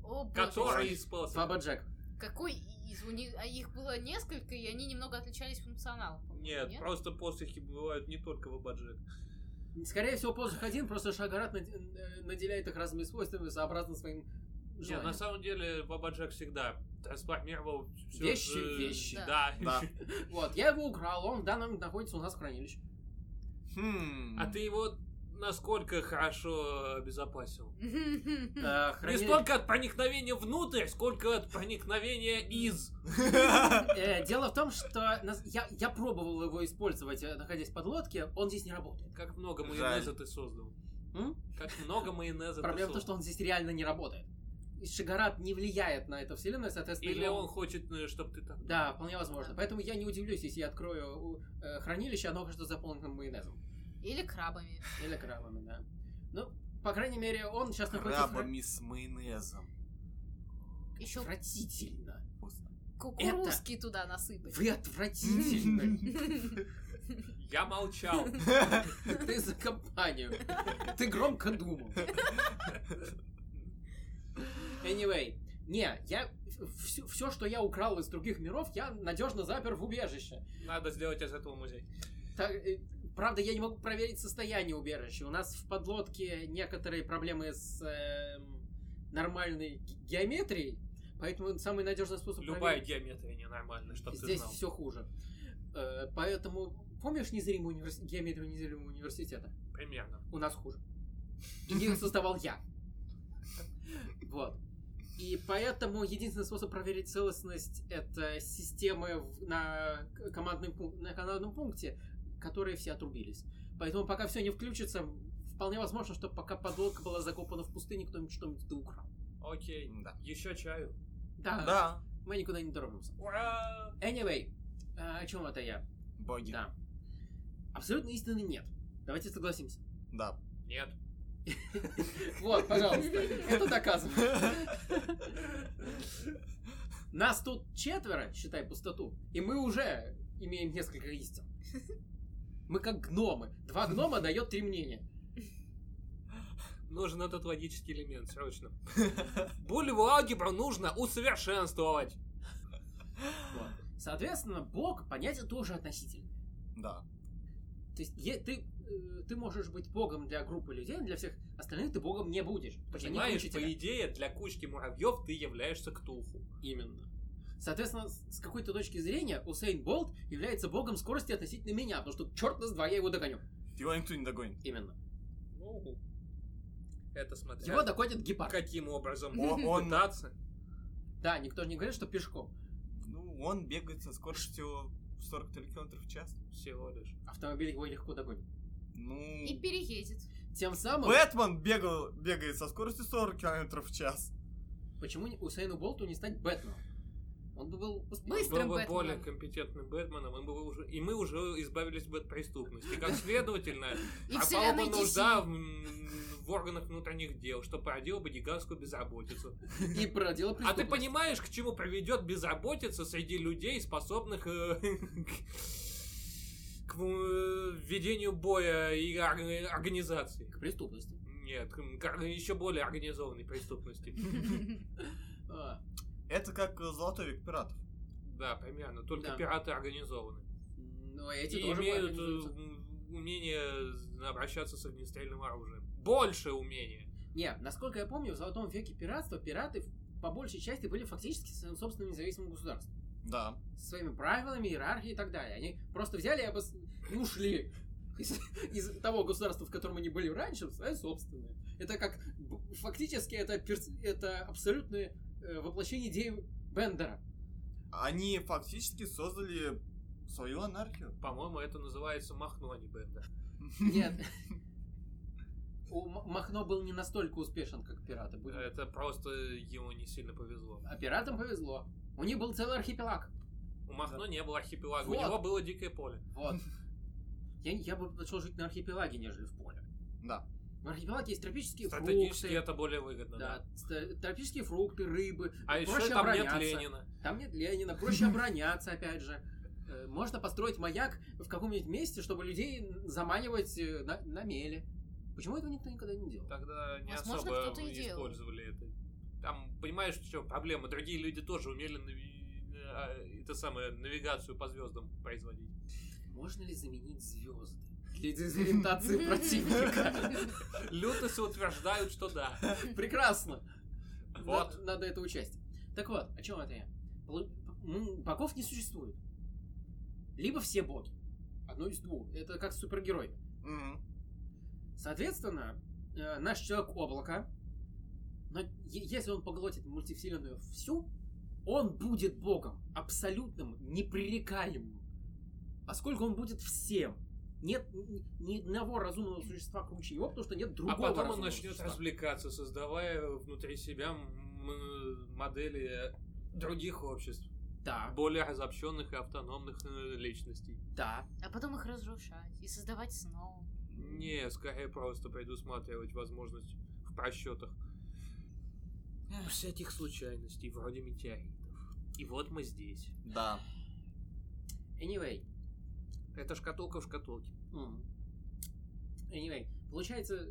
Speaker 4: О, боже.
Speaker 3: Который способ.
Speaker 1: Слабо Джек.
Speaker 4: Какой из у них... а их было несколько, и они немного отличались функционалом. по-моему,
Speaker 3: Нет, просто посохи бывают не только в Абаджет.
Speaker 1: Скорее всего, посох один, просто Шагарат над- э, наделяет их разными свойствами сообразно своим
Speaker 3: Нет,
Speaker 1: желаниям.
Speaker 3: на самом деле Баба Джек всегда трансформировал всё
Speaker 1: Вещи
Speaker 3: же-
Speaker 1: в вещи.
Speaker 3: Да.
Speaker 2: Да.
Speaker 1: Вот, я его украл, он в данном находится у нас в хранилище.
Speaker 2: Хм.
Speaker 3: А ты его насколько хорошо обезопасил?
Speaker 4: (laughs) Хм.
Speaker 1: Э,
Speaker 3: Не
Speaker 1: хранили-
Speaker 3: столько от проникновения внутрь, сколько от проникновения из.
Speaker 1: Э, Дело в том, что нас- я, я пробовал его использовать, э, находясь под лодке, он здесь не работает.
Speaker 3: Как много
Speaker 2: Жаль.
Speaker 3: майонеза ты создал.
Speaker 1: М?
Speaker 3: Как много майонеза
Speaker 1: Проблема в
Speaker 3: ты
Speaker 1: том, что
Speaker 3: создал.
Speaker 1: он здесь реально не работает. И Шагарат не влияет на эту вселенную, соответственно,
Speaker 3: Или
Speaker 1: его-
Speaker 3: он хочет, чтобы ты так...
Speaker 1: Да, вполне возможно. Поэтому я не удивлюсь, если я открою у, э, хранилище, оно окажется заполнено майонезом.
Speaker 4: Или крабами.
Speaker 1: Или крабами, да. Ну, по крайней мере, он сейчас находится... в хра-
Speaker 2: Крабами с
Speaker 3: (laughs)
Speaker 2: майонезом.
Speaker 4: Еще
Speaker 1: Отвратительно.
Speaker 2: Вкусно.
Speaker 4: кукурузки туда насыпать.
Speaker 1: Вы отвратительны. (laughs)
Speaker 3: Я молчал.
Speaker 1: Ты за компанию. Ты громко думал. Anyway. Не, я все, что я украл из других миров, я надежно запер в убежище.
Speaker 3: Надо сделать из этого музей.
Speaker 1: Так, э, правда, я не могу проверить состояние убежища. У нас в подлодке некоторые проблемы с эм, нормальной ге- геометрией, поэтому самый надежный способ
Speaker 3: Любая
Speaker 1: проверить-
Speaker 3: геометрия ненормальная, чтобы ты
Speaker 1: Здесь
Speaker 3: знал.
Speaker 1: все хуже. Э, поэтому помнишь незримую универс- геометрию незримого университета?
Speaker 3: Примерно.
Speaker 1: у нас хуже. Ее создавал я. Вот. И поэтому единственный способ проверить целостность это системы в- на к- командном, пу- на командном пункте, которые все отрубились. Поэтому пока все не включится, вполне возможно, что пока подлодка была закопана в пустыне, кто-нибудь что-нибудь да украл.
Speaker 3: Окей.
Speaker 2: Да.
Speaker 3: Еще чаю.
Speaker 1: Да,
Speaker 2: Да.
Speaker 1: мы никуда не торопимся.
Speaker 3: Ура!
Speaker 1: Anyway, э, о чем это я?
Speaker 2: Боги.
Speaker 1: Да. Абсолютно истины нет. Давайте согласимся.
Speaker 2: Да.
Speaker 3: Нет.
Speaker 1: Вот, пожалуйста, это доказано.
Speaker 2: (laughs)
Speaker 1: Нас тут четверо, считай пустоту, и мы уже имеем несколько
Speaker 3: (laughs)
Speaker 1: истин. Мы как гномы. Два гнома дает три мнения.
Speaker 3: Нужен этот логический элемент, срочно. (laughs) Булевую алгебру нужно усовершенствовать.
Speaker 1: Вот. Соответственно, бог понятие тоже относительное.
Speaker 2: Да.
Speaker 1: То есть е- ты, э, ты можешь быть богом для группы людей, но для всех остальных ты богом не будешь. потому что они
Speaker 3: Понимаешь,
Speaker 1: круче
Speaker 3: по
Speaker 1: тебя.
Speaker 3: идее, для кучки муравьев ты являешься ктулху.
Speaker 1: Именно. Соответственно, с с какой-то точки зрения Усейн Болт является богом скорости относительно меня, потому что черт нас два, я его догоню.
Speaker 2: Его никто не догонит.
Speaker 1: Именно.
Speaker 3: Ну, это смотря...
Speaker 1: Его догонит гепард.
Speaker 3: Каким образом?
Speaker 2: О, он-
Speaker 3: Пытаться?
Speaker 1: Да, никто же не говорит, что пешком.
Speaker 2: Ну, он бегает со скоростью 43 км в час.
Speaker 3: Всего лишь.
Speaker 1: Автомобиль его легко догонит.
Speaker 2: Ну...
Speaker 4: (laughs) И переедет.
Speaker 1: Тем самым...
Speaker 2: Бэтмен бегал, бегает со скоростью 40 км в час.
Speaker 1: Почему не- Усейну Болту не стать Бэтменом? Он бы был успешным.
Speaker 4: Быстрым
Speaker 3: был бы
Speaker 4: Бэтменом.
Speaker 3: более компетентным Бэтменом, и мы, бы уже, и мы уже избавились бы от преступности.
Speaker 1: (laughs)
Speaker 3: Как следовательно,
Speaker 4: И
Speaker 3: пропала бы
Speaker 4: вселенной
Speaker 3: нужда
Speaker 4: DC.
Speaker 3: в, м, в органах внутренних дел, что породило бы гигантскую безработицу.
Speaker 1: (laughs) И породила
Speaker 3: А ты
Speaker 1: преступность.
Speaker 3: понимаешь, к чему приведет безработица среди людей, способных э, (laughs) к э, введению боя и ор- организации?
Speaker 1: К преступности.
Speaker 3: Нет, еще более организованной преступности.
Speaker 1: А,
Speaker 2: Это как э, золотой век пиратов.
Speaker 3: Да, примерно. Только
Speaker 1: Да.
Speaker 3: пираты организованы.
Speaker 1: ну, а эти
Speaker 3: И
Speaker 1: тоже
Speaker 3: имеют
Speaker 1: организуются.
Speaker 3: э, м, умение обращаться с огнестрельным оружием. Больше умения.
Speaker 1: Не, насколько я помню, в Золотом веке пиратства пираты в- по большей части были фактически своим собственным независимым государством.
Speaker 2: Да.
Speaker 1: Со своими правилами, иерархией и так далее. Они просто взяли и, обос- (laughs) и ушли из, из того государства, в котором они были раньше, в свое собственное. Это как... б- Фактически это, перс- это абсолютное э, воплощение идеи Бендера.
Speaker 2: Они фактически создали свою анархию.
Speaker 3: По-моему, это называется махно, а не бенда.
Speaker 1: Нет. У М- Махно был не настолько успешен, как пираты. будем
Speaker 3: Это просто ему не сильно повезло.
Speaker 1: А пиратам повезло. У них был целый архипелаг.
Speaker 3: У Махно не было архипелага, у
Speaker 1: Вот.
Speaker 3: него было дикое поле.
Speaker 1: Вот. Я, я бы начал жить на архипелаге, нежели в поле.
Speaker 2: Да.
Speaker 1: В архипелаге есть тропические
Speaker 3: Стратегически
Speaker 1: фрукты.
Speaker 3: это более выгодно, да.
Speaker 1: Да, ст- тропические фрукты, рыбы.
Speaker 3: А еще
Speaker 1: проще
Speaker 3: там нет
Speaker 1: обороняться.
Speaker 3: Ленина.
Speaker 1: Там нет Ленина, проще обороняться, опять же. Э, Можно построить маяк в каком-нибудь месте, чтобы людей заманивать э, на, на мели. Почему этого никто никогда не делал?
Speaker 3: Тогда не
Speaker 4: Возможно,
Speaker 3: особо
Speaker 4: кто-то и делал.
Speaker 3: использовали это. Там, понимаешь, что проблема? Другие люди тоже умели нави- э, это самое, навигацию по звездам производить.
Speaker 1: Можно ли заменить звезды для
Speaker 3: (laughs)
Speaker 1: дезориентации
Speaker 4: (laughs)
Speaker 1: противника?
Speaker 3: Лютосы утверждают, что
Speaker 1: (laughs)
Speaker 3: да.
Speaker 1: Прекрасно.
Speaker 3: Вот. А
Speaker 1: Надо, надо это учесть. Так вот, о чем это я? Полу- м, Богов не существует. Либо все боги. Одно из двух. Это как с супергероями.
Speaker 2: (laughs) Мгм.
Speaker 1: Соответственно, э, наш человек облако. Но е- если он поглотит мультивселенную всю, он будет богом. Абсолютным, непререкаемым. Поскольку он будет всем. Нет ни, ни одного разумного существа круче его, потому что нет
Speaker 3: А
Speaker 1: другого
Speaker 3: потом он
Speaker 1: разумного
Speaker 3: начнет
Speaker 1: существа.
Speaker 3: развлекаться, создавая внутри себя м- модели других обществ,
Speaker 1: Да,
Speaker 3: более разобщенных и автономных э, личностей.
Speaker 1: да.
Speaker 4: А потом их разрушать и создавать снова.
Speaker 3: Не, скорее просто предусматривать возможность в просчетах всяких случайностей, вроде метеоритов. И вот мы здесь.
Speaker 2: Да.
Speaker 1: Anyway,
Speaker 3: Это шкатулка в шкатулке.
Speaker 1: Мгм. Anyway, получается,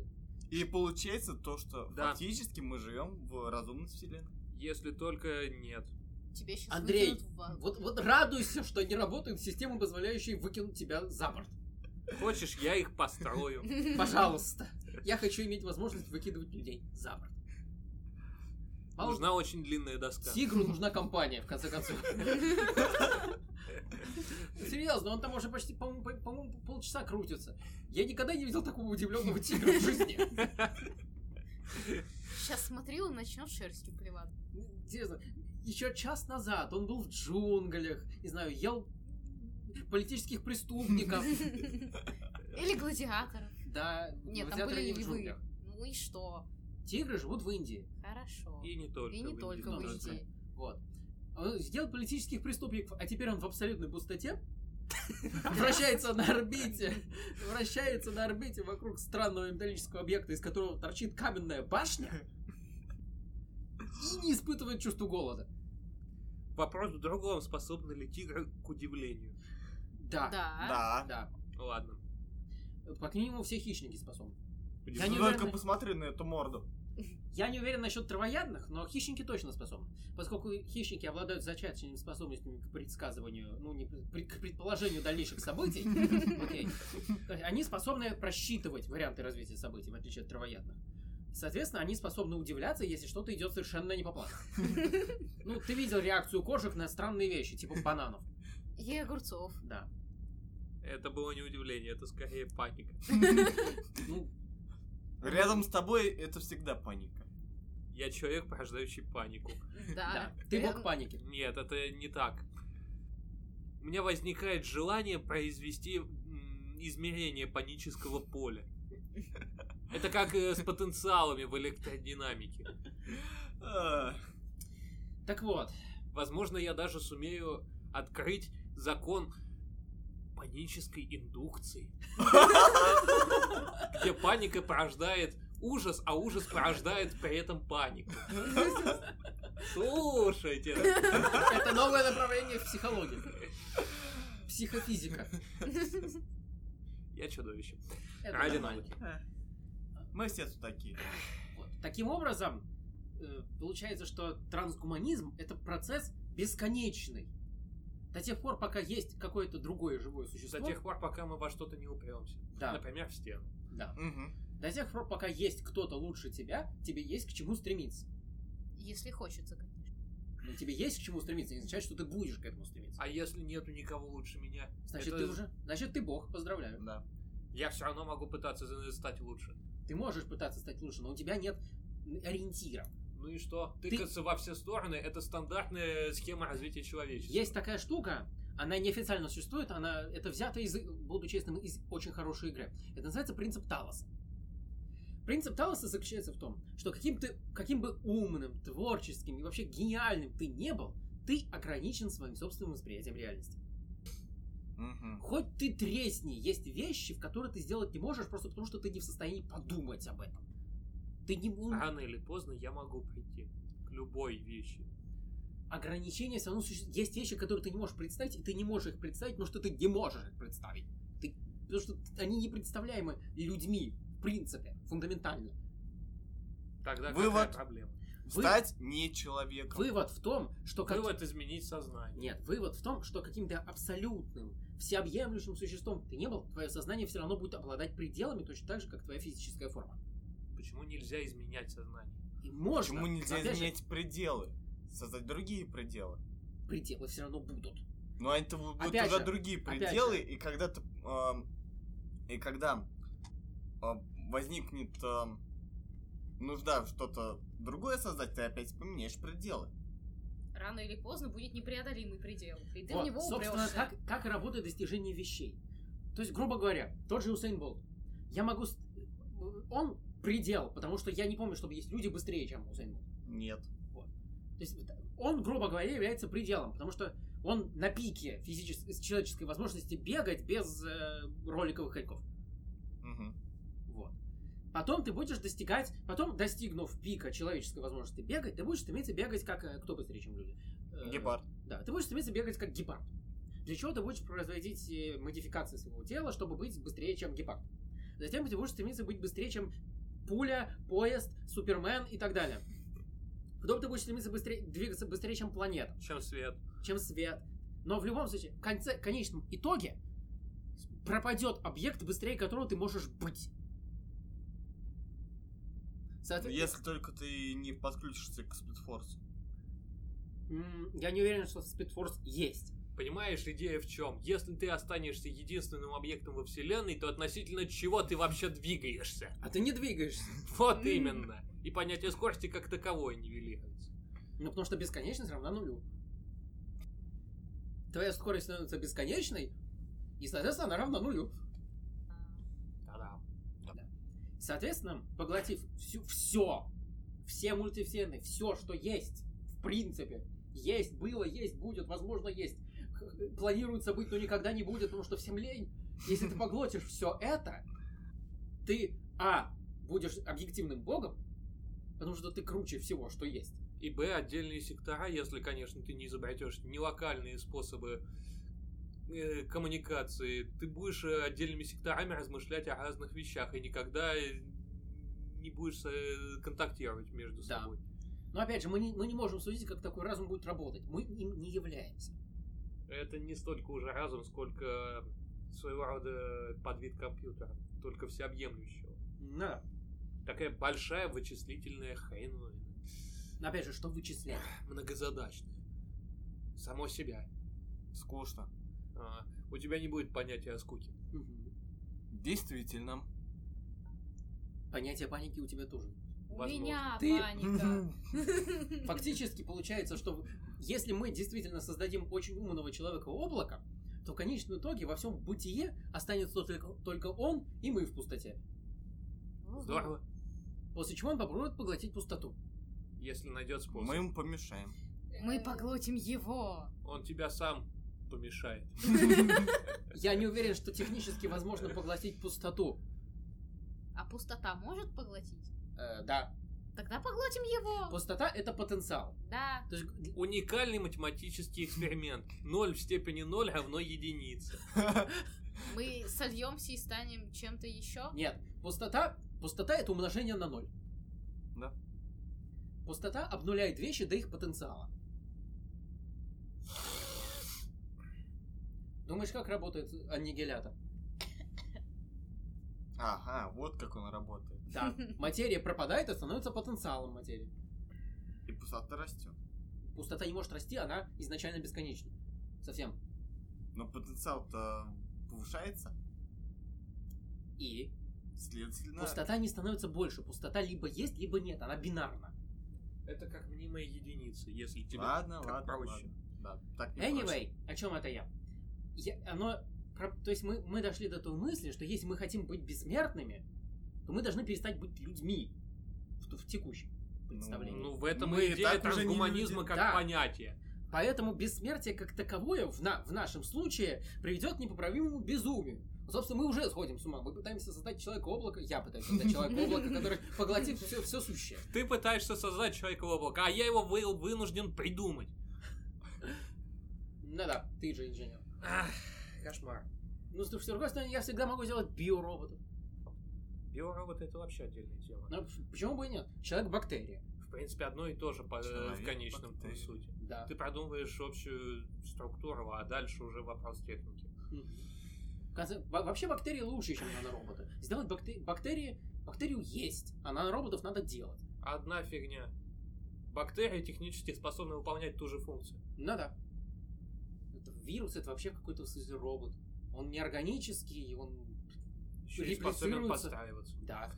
Speaker 2: И получается то, что
Speaker 3: Да.
Speaker 2: фактически мы живем в разумной вселенной.
Speaker 3: Если только нет.
Speaker 4: Тебе сейчас
Speaker 1: Андрей,
Speaker 4: выкинут в вагон.
Speaker 1: вот,
Speaker 4: (laughs)
Speaker 1: вот радуйся, что не работают системы, позволяющие выкинуть тебя за борт.
Speaker 3: Хочешь, я их
Speaker 4: (laughs)
Speaker 3: построю.
Speaker 1: Пожалуйста. Я хочу иметь возможность выкидывать людей за борт. Мало
Speaker 3: Нужна очень длинная доска.
Speaker 1: Тигру нужна компания, в конце концов. Ну, Серьезно, он там уже почти, по-моему, по- по-моему, полчаса крутится. Я никогда не видел такого удивленного тигра в жизни.
Speaker 4: Сейчас смотрел и начнет шерстью плеваться.
Speaker 1: Интересно, еще час назад он был в джунглях, не знаю, ел политических преступников.
Speaker 4: (laughs) Или гладиаторов.
Speaker 1: Да,
Speaker 4: Нет,
Speaker 1: вот
Speaker 4: там
Speaker 1: театры
Speaker 4: были
Speaker 1: не в
Speaker 4: львы.
Speaker 1: джунглях.
Speaker 4: Ну и что?
Speaker 1: Тигры живут в Индии.
Speaker 4: Хорошо.
Speaker 3: И не только.
Speaker 4: И не
Speaker 3: в
Speaker 4: только
Speaker 1: не
Speaker 4: в
Speaker 3: Индии.
Speaker 1: только.
Speaker 4: Индии.
Speaker 1: Вот. Он сделал политических преступников, а теперь он в абсолютной пустоте. Вращается на орбите. Вращается на орбите вокруг странного металлического объекта, из которого торчит каменная башня. И не испытывает чувство голода.
Speaker 3: Вопрос в другом, способны ли тигры к удивлению.
Speaker 1: Да.
Speaker 4: А? Да.
Speaker 2: Да.
Speaker 1: Да.
Speaker 3: Ну Ладно.
Speaker 1: По минимуму все хищники способны. Я
Speaker 2: Ты
Speaker 1: не
Speaker 2: только
Speaker 1: уверен.
Speaker 2: посмотри на эту морду.
Speaker 1: Я не уверен насчет травоядных, но хищники точно способны. Поскольку хищники обладают зачаточными способностями к предсказыванию, ну, не пр- к предположению дальнейших (laughs) событий, окей, то есть они способны просчитывать варианты развития событий, в отличие от травоядных. Соответственно, они способны удивляться, если что-то идет совершенно не по плану. Ну, ты видел реакцию кошек на странные вещи, типа бананов.
Speaker 4: И огурцов.
Speaker 1: Да.
Speaker 3: Это было не удивление, это скорее паника.
Speaker 1: Ну,
Speaker 2: Рядом с тобой это всегда паника.
Speaker 3: Я человек, порождающий панику.
Speaker 1: (laughs) да. Э,
Speaker 4: Да.
Speaker 1: Ты
Speaker 4: Прям
Speaker 1: бог паники.
Speaker 3: Нет, это не так. У меня возникает желание произвести м, измерение панического поля. Это как э, с потенциалами в электродинамике.
Speaker 2: А,
Speaker 1: Так вот,
Speaker 3: Возможно, я даже сумею открыть закон панической индукции. Где паника порождает ужас, а ужас порождает при этом панику. Слушайте.
Speaker 1: Это новое направление в психологии. Психофизика.
Speaker 3: Я чудовище.
Speaker 1: Это
Speaker 3: Ради
Speaker 1: нормально.
Speaker 3: науки.
Speaker 2: Мы все тут такие.
Speaker 1: Вот. Таким образом, э, получается, что трансгуманизм это процесс бесконечный. До тех пор, пока есть какое-то другое живое существо.
Speaker 3: До тех пор, пока мы во что-то не упремся.
Speaker 1: Да,
Speaker 3: Например, в стену.
Speaker 1: да.
Speaker 2: Мгм.
Speaker 1: До тех пор, пока есть кто-то лучше тебя, тебе есть к чему стремиться.
Speaker 4: (laughs) Если хочется, конечно.
Speaker 1: Но тебе есть к чему стремиться, не означает, что ты будешь к этому стремиться.
Speaker 3: А если нету никого лучше меня,
Speaker 1: Значит,
Speaker 3: это-
Speaker 1: ты уже. Значит, ты бог, поздравляю.
Speaker 2: Да.
Speaker 3: я все равно могу пытаться за- стать лучше.
Speaker 1: Ты можешь пытаться стать лучше, но у тебя нет ориентира.
Speaker 3: Ну и что? Тыкаться во все стороны это стандартная схема развития человечества.
Speaker 1: Есть такая штука, она неофициально существует, она это взято из, буду честным, из очень хорошей игры. Это называется принцип Талоса. Принцип Талоса заключается в том, что каким, ты, каким бы умным, творческим и вообще гениальным ты не был, ты ограничен своим собственным восприятием реальности.
Speaker 2: Мгм.
Speaker 1: Хоть ты тресни, есть вещи, в которые ты сделать не можешь, просто потому что ты не в состоянии подумать об этом. Ты не ну, ум-
Speaker 3: Рано или поздно я могу прийти к любой вещи.
Speaker 1: ограничения все равно существуют. Есть вещи, которые ты не можешь представить, и ты не можешь их представить, потому что ты не можешь их представить. Ты- Потому что они непредставляемы людьми, в принципе, фундаментально.
Speaker 3: Тогда
Speaker 2: Вывод.
Speaker 3: какая проблема?
Speaker 1: Вы-
Speaker 2: Стать не человеком.
Speaker 1: Вывод в том, что... как-
Speaker 3: Вывод изменить сознание.
Speaker 1: Нет, вывод в том, что каким-то абсолютным, всеобъемлющим существом ты не был, твое сознание все равно будет обладать пределами точно так же, как твоя физическая форма.
Speaker 3: Почему нельзя изменять сознание?
Speaker 1: И можно...
Speaker 2: Почему нельзя
Speaker 1: но опять же,
Speaker 2: изменять пределы? Создать другие пределы.
Speaker 1: пределы все равно будут.
Speaker 2: Но это бу- будут
Speaker 1: Опять
Speaker 2: уже
Speaker 1: же,
Speaker 2: другие
Speaker 1: опять
Speaker 2: пределы, и когда ты, эм, и когда э, возникнет эм, нужда в что-то другое создать, ты опять поменяешь пределы.
Speaker 4: Рано или поздно будет непреодолимый предел. И ты
Speaker 1: Вот,
Speaker 4: в него
Speaker 1: собственно,
Speaker 4: упрешься.
Speaker 1: так, так и работает достижение вещей. То есть, грубо говоря, тот же Усейн Болт. Я могу... с- э, Он предел, потому что я не помню, чтобы есть люди быстрее, чем Усейн Болт.
Speaker 2: Нет.
Speaker 1: То есть, вот, он, грубо говоря, является пределом, потому что он на пике физической, человеческой возможности бегать без э, роликовых коньков.
Speaker 2: Мгм.
Speaker 1: Вот. Потом ты будешь достигать, потом достигнув пика человеческой возможности бегать, ты будешь стремиться бегать как... э, Кто быстрее, чем люди? Э,
Speaker 2: Гепард.
Speaker 1: да, ты будешь стремиться бегать как гепард. Для чего ты будешь производить э, модификации своего тела, чтобы быть быстрее, чем гепард. Затем ты будешь стремиться быть быстрее, чем пуля, поезд, супермен и так далее. Потом ты будешь стремиться быстрее, двигаться быстрее, чем планета,
Speaker 3: Чем свет?
Speaker 1: чем свет. Но в любом случае, в конце, конечном итоге пропадет объект, быстрее которого ты можешь быть. Соответ-
Speaker 2: Ну, Если только ты не подключишься к спидфорсу.
Speaker 1: М, Я не уверен, что спидфорс есть.
Speaker 3: Понимаешь, идея в чем? Если ты останешься единственным объектом во Вселенной, то относительно чего ты вообще двигаешься? (laughs)
Speaker 1: А ты не двигаешься.
Speaker 3: Вот
Speaker 4: М.
Speaker 3: именно. И понятие скорости как таковое нивелируется.
Speaker 1: Ну, потому что бесконечность равна нулю. Твоя скорость становится бесконечной, и, соответственно, она равна нулю.
Speaker 3: Та-дам.
Speaker 1: Соответственно, поглотив всю, все, все мультивселенные, все, что есть, в принципе, есть, было, есть, будет, возможно, есть, (laughs) х- х- планируется быть, но никогда не будет, потому что всем лень. Если ты поглотишь все это, ты, а, будешь объективным богом, потому что ты круче всего, что есть.
Speaker 3: И Б отдельные сектора, если, конечно, ты не изобретешь не локальные способы э, коммуникации, ты будешь э, отдельными секторами размышлять о разных вещах и никогда э, не будешь э, контактировать между
Speaker 1: Да.
Speaker 3: собой.
Speaker 1: Но опять же, мы не, мы не можем судить, как такой разум будет работать. Мы им не являемся.
Speaker 3: Это не столько уже разум, сколько своего рода подвид компьютера, только всеобъемлющего.
Speaker 1: Да.
Speaker 3: Такая большая вычислительная хреновина.
Speaker 1: Но опять же, что вычислять?
Speaker 3: Многозадачная. Само себя.
Speaker 2: Скучно.
Speaker 3: А, у тебя не будет понятия о скуке.
Speaker 1: Мгм.
Speaker 2: Действительно.
Speaker 1: Понятие паники у тебя тоже.
Speaker 4: У
Speaker 3: возможно.
Speaker 4: меня
Speaker 1: Ты- (laughs)
Speaker 4: паника.
Speaker 1: Фактически получается, что если мы действительно создадим очень умного человека облака, то в конечном итоге во всем бытие останется только, только он и мы в пустоте.
Speaker 4: Ого.
Speaker 3: Здорово,
Speaker 1: После чего он попробует поглотить пустоту.
Speaker 3: если найдет способ.
Speaker 2: Мы им помешаем.
Speaker 4: Мы поглотим его.
Speaker 3: Он тебя сам помешает.
Speaker 1: Я не уверен, что технически возможно поглотить пустоту.
Speaker 4: А пустота может поглотить?
Speaker 1: Э, да.
Speaker 4: Тогда поглотим его.
Speaker 1: Пустота это потенциал.
Speaker 4: Да.
Speaker 1: (laughs) То есть г-
Speaker 3: Уникальный математический эксперимент. 0 в степени 0 равно единице.
Speaker 4: Мы сольемся и станем чем-то еще.
Speaker 1: нет, пустота, пустота это умножение на ноль.
Speaker 2: Да.
Speaker 1: Пустота обнуляет вещи до их потенциала. Думаешь, как работает аннигилятор?
Speaker 2: (laughs) Ага, вот как он работает.
Speaker 1: Да. Материя пропадает и становится потенциалом материи.
Speaker 2: И пустота растет.
Speaker 1: Пустота не может расти, она изначально бесконечна. Совсем.
Speaker 2: Но потенциал-то повышается.
Speaker 1: И
Speaker 2: Следовательно...
Speaker 1: пустота не становится больше. Пустота либо есть, либо нет. Она бинарна.
Speaker 3: Это как мнимая единица, если тебе
Speaker 2: Ладно,
Speaker 3: так
Speaker 2: ладно,
Speaker 3: проще.
Speaker 2: ладно. Да, так не проще.
Speaker 1: Anyway, о чем это я? Я- оно, про- то есть мы, мы дошли до той мысли, что если мы хотим быть бессмертными, то мы должны перестать быть людьми в, ту- в текущем представлении.
Speaker 3: Ну, в этом
Speaker 2: Мы
Speaker 3: и
Speaker 2: и
Speaker 3: идея
Speaker 2: так уже не
Speaker 3: трансгуманизма
Speaker 2: люди.
Speaker 3: как
Speaker 1: Да.
Speaker 3: понятие.
Speaker 1: Поэтому бессмертие как таковое в, на- в нашем случае приведет к непоправимому безумию. Собственно, мы уже сходим с ума. Мы пытаемся создать человека-облако. Я пытаюсь создать человека-облако, который поглотит все, все сущее.
Speaker 3: Ты пытаешься создать человека в облако, а я его вы- вынужден придумать.
Speaker 1: Ну да, ты же инженер.
Speaker 3: Ах, кошмар.
Speaker 1: Ну, с с другой стороны, я всегда могу сделать биоробота.
Speaker 3: Биоробот это вообще отдельная тема.
Speaker 1: Ну, почему бы и нет? Человек-бактерия.
Speaker 3: В принципе, одно и то же по- э,
Speaker 2: Человек,
Speaker 3: в конечном
Speaker 2: бактерия.
Speaker 3: сути.
Speaker 1: Да.
Speaker 3: Ты продумываешь общую структуру, а дальше уже вопрос техники.
Speaker 1: В конце- во- Вообще бактерии лучше, чем нанороботы. Сделать бакте- бактерии... Бактерию есть, а нанороботов надо делать.
Speaker 3: Одна фигня. Бактерии технически способны выполнять ту же функцию.
Speaker 1: Ну да. Это вирус это вообще какой-то в смысле, робот. Он неорганический, он...
Speaker 3: Еще и способен
Speaker 1: Реплицируются.
Speaker 3: подстраиваться.
Speaker 1: Да.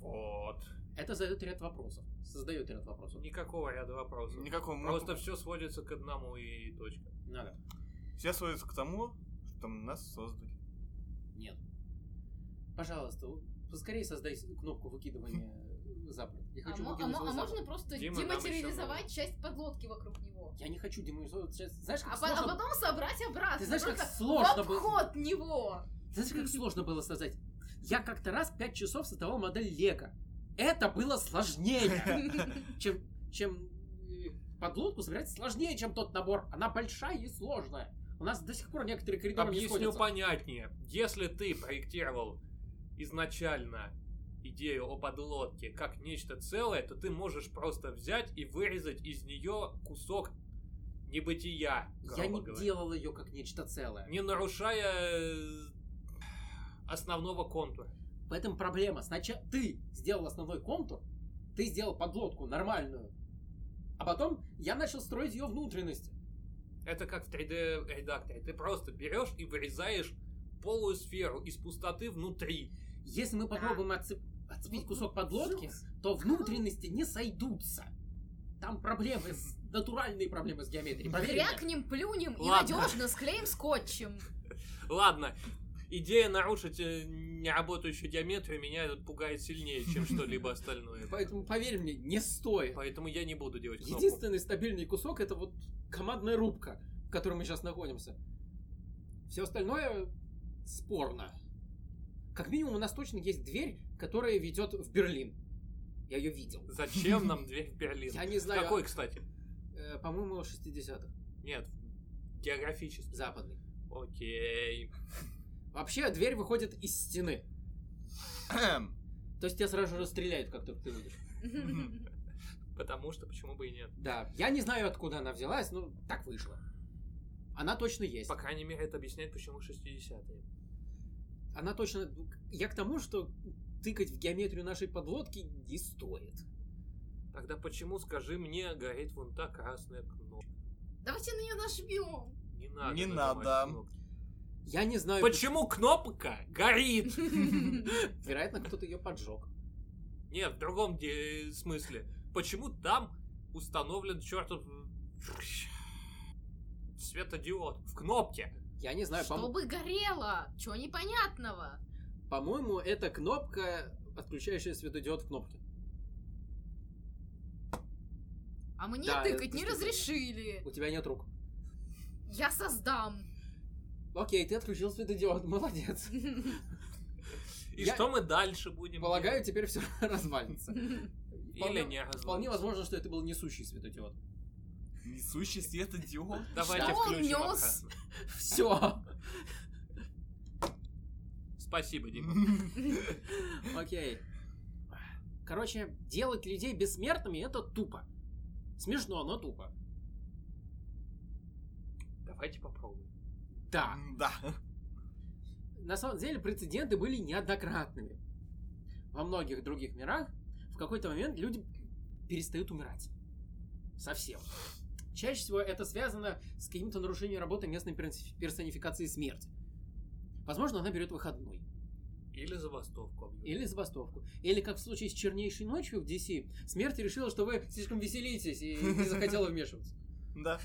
Speaker 3: Вот.
Speaker 1: Это задает ряд вопросов. Создает ряд вопросов.
Speaker 3: Никакого ряда вопросов.
Speaker 2: Никакого
Speaker 3: Просто
Speaker 2: мопа.
Speaker 3: все сводится к одному и точка.
Speaker 1: Ну да.
Speaker 2: Все сводятся к тому, что нас
Speaker 1: (laughs)
Speaker 2: создали.
Speaker 1: Нет. Пожалуйста, у- поскорее создай с- кнопку выкидывания э, запрет. Я
Speaker 4: А,
Speaker 1: хочу
Speaker 4: мо- а
Speaker 1: выкинуть
Speaker 4: мо-
Speaker 1: свой
Speaker 4: а
Speaker 1: запрет.
Speaker 4: можно просто
Speaker 3: Дима, нам
Speaker 4: дематериализовать часть подлодки вокруг него.
Speaker 1: Я не хочу демонизировать. Сейчас- Знаешь, как
Speaker 4: А, по- а
Speaker 1: сложно...
Speaker 4: потом собрать обратно.
Speaker 1: Ты знаешь, как
Speaker 4: просто
Speaker 1: сложно
Speaker 4: в
Speaker 1: было-
Speaker 4: обход него.
Speaker 1: Знаешь, как сложно было создать? Я как-то раз 5 часов создавал модель Лего. Это было
Speaker 3: (laughs)
Speaker 1: сложнее, чем, чем э, подлодку собирать сложнее, чем тот набор. Она большая и сложная. У нас до сих пор некоторые коридоры не
Speaker 3: Объясню
Speaker 1: сходятся.
Speaker 3: понятнее. Если ты проектировал изначально идею о подлодке как нечто целое, то ты можешь просто взять и вырезать из нее кусок
Speaker 1: Я
Speaker 3: небытия. грубо
Speaker 1: не
Speaker 3: говоря.
Speaker 1: делал ее как нечто целое.
Speaker 3: Не нарушая э, основного контура.
Speaker 1: В этом проблема. Сначала ты сделал основной контур, ты сделал подлодку нормальную, а потом я начал строить ее внутренности.
Speaker 3: Это как в 3D-редакторе. Ты просто берешь и вырезаешь полую сферу из пустоты внутри.
Speaker 1: Если мы попробуем отцеп- отцепить кусок подлодки, то внутренности не сойдутся. Там проблемы, с- натуральные проблемы с геометрией. Поверь мне.
Speaker 4: Крякнем, плюнем и
Speaker 3: Ладно.
Speaker 4: надежно склеим скотчем.
Speaker 3: Ладно, идея нарушить э, неработающую геометрию меня тут пугает сильнее,
Speaker 1: (laughs)
Speaker 3: чем что-либо остальное.
Speaker 1: Поэтому поверь мне, не стоит.
Speaker 3: Поэтому я не буду делать кнопку.
Speaker 1: Единственный стабильный кусок это вот командная рубка, в которой мы сейчас находимся. Все остальное спорно. Как минимум у нас точно есть дверь, которая ведет в Берлин. Я ее видел.
Speaker 3: Зачем нам дверь в Берлин?
Speaker 1: Я не знаю.
Speaker 3: Какой, кстати?
Speaker 1: Э, по-моему, 60-х.
Speaker 3: Нет, географически.
Speaker 1: Западный.
Speaker 3: Окей.
Speaker 1: Вообще дверь выходит из стены.
Speaker 2: Эм.
Speaker 1: То есть тебя сразу же стреляют, как только ты выйдешь.
Speaker 3: Потому что почему бы и нет.
Speaker 1: Да, я не знаю, откуда она взялась, но так вышло. Она точно есть.
Speaker 3: По крайней мере, это объясняет, почему 60-е.
Speaker 1: Она точно... Я к тому, что тыкать в геометрию нашей подлодки не стоит.
Speaker 3: Тогда почему, скажи мне, горит вон та красная кнопка?
Speaker 4: Давайте на нее нажмем.
Speaker 3: Не надо.
Speaker 2: Не
Speaker 3: нажимать
Speaker 2: надо.
Speaker 3: кнопки.
Speaker 1: Я не знаю...
Speaker 3: Почему кнопка горит?
Speaker 1: поч- Вероятно, кто-то ее поджег.
Speaker 3: Нет, в другом де- смысле. Почему там установлен чертов светодиод в кнопке?
Speaker 1: Я не знаю, по-
Speaker 4: Чтобы горело. Чего непонятного?
Speaker 1: по-моему, это кнопка, отключающая светодиод в кнопке.
Speaker 4: А мне
Speaker 1: Да,
Speaker 4: тыкать
Speaker 1: это
Speaker 4: не
Speaker 1: что-то.
Speaker 4: разрешили.
Speaker 1: У тебя нет рук.
Speaker 4: Я создам.
Speaker 1: Окей, ты отключил светодиод, (laughs) молодец.
Speaker 3: И
Speaker 1: Я-
Speaker 3: что мы дальше будем
Speaker 1: Полагаю, теперь все (laughs) развалится.
Speaker 3: делать?
Speaker 1: вполне-
Speaker 3: Или не развалится?
Speaker 1: Вполне возможно, что это был несущий (laughs) светодиод. (laughs)
Speaker 2: Несущий светодиод?
Speaker 3: Давайте
Speaker 4: Что он
Speaker 3: включим
Speaker 4: нес?
Speaker 3: обратно.
Speaker 1: Все.
Speaker 3: Спасибо, Дима.
Speaker 1: Окей. Короче, делать людей бессмертными это тупо. Смешно, но тупо.
Speaker 3: Давайте попробуем.
Speaker 1: Да.
Speaker 2: Да.
Speaker 1: На самом деле прецеденты были неоднократными. Во многих других мирах в какой-то момент люди перестают умирать. Совсем. Чаще всего это связано с каким-то нарушением работы местной перс- персонификации смерти. Возможно, она берет выходной.
Speaker 3: Или забастовку объявим.
Speaker 1: Или забастовку. Или, как в случае с чернейшей ночью в DC, смерть решила, что вы слишком веселитесь и не захотела вмешиваться.
Speaker 2: Да.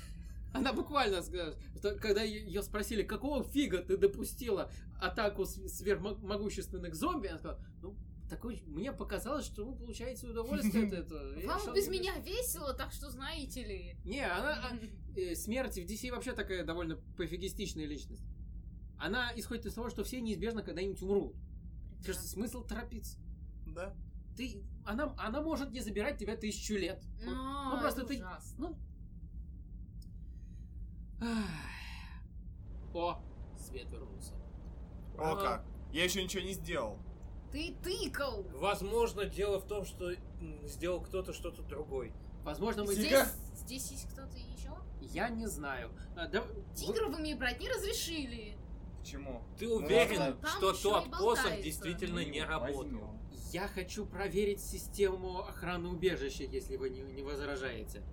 Speaker 1: Она буквально сказала, что когда ее спросили, какого фига ты допустила атаку св- сверхмогущественных зомби, она сказала, ну, такой, мне показалось, что вы получаете удовольствие от этого. Я решила
Speaker 4: Вам без
Speaker 1: не
Speaker 4: меня весело, так что знаете ли.
Speaker 1: мешать». Не, она... а, э, смерть в DC вообще такая довольно пофигистичная личность. Она исходит из того, что все неизбежно когда-нибудь умрут. Потому что смысл торопиться.
Speaker 2: Да.
Speaker 1: Ты, она, она может не забирать тебя тысячу лет.
Speaker 4: Ну,
Speaker 1: просто
Speaker 4: просто
Speaker 1: ты-
Speaker 4: ты... ужасно.
Speaker 1: Ну. Ах. О, свет вернулся.
Speaker 2: О,
Speaker 3: А.
Speaker 2: как. Я еще ничего не сделал.
Speaker 4: Ты тыкал.
Speaker 3: Возможно, дело в том, что м, сделал кто-то что-то другой.
Speaker 1: Возможно, Ну, мы
Speaker 4: Здесь,
Speaker 2: Тигр?
Speaker 4: здесь есть кто-то еще?
Speaker 1: Я не знаю. А, да-
Speaker 4: Тигра вы мне брать не разрешили.
Speaker 2: Почему?
Speaker 3: Ты
Speaker 2: Ну,
Speaker 3: уверен,
Speaker 4: ладно. Там
Speaker 3: что
Speaker 4: ещё
Speaker 3: тот
Speaker 4: и
Speaker 3: посох
Speaker 4: болтается.
Speaker 3: действительно не работал?
Speaker 1: Я хочу проверить систему охраны убежища, если вы не, не возражаете.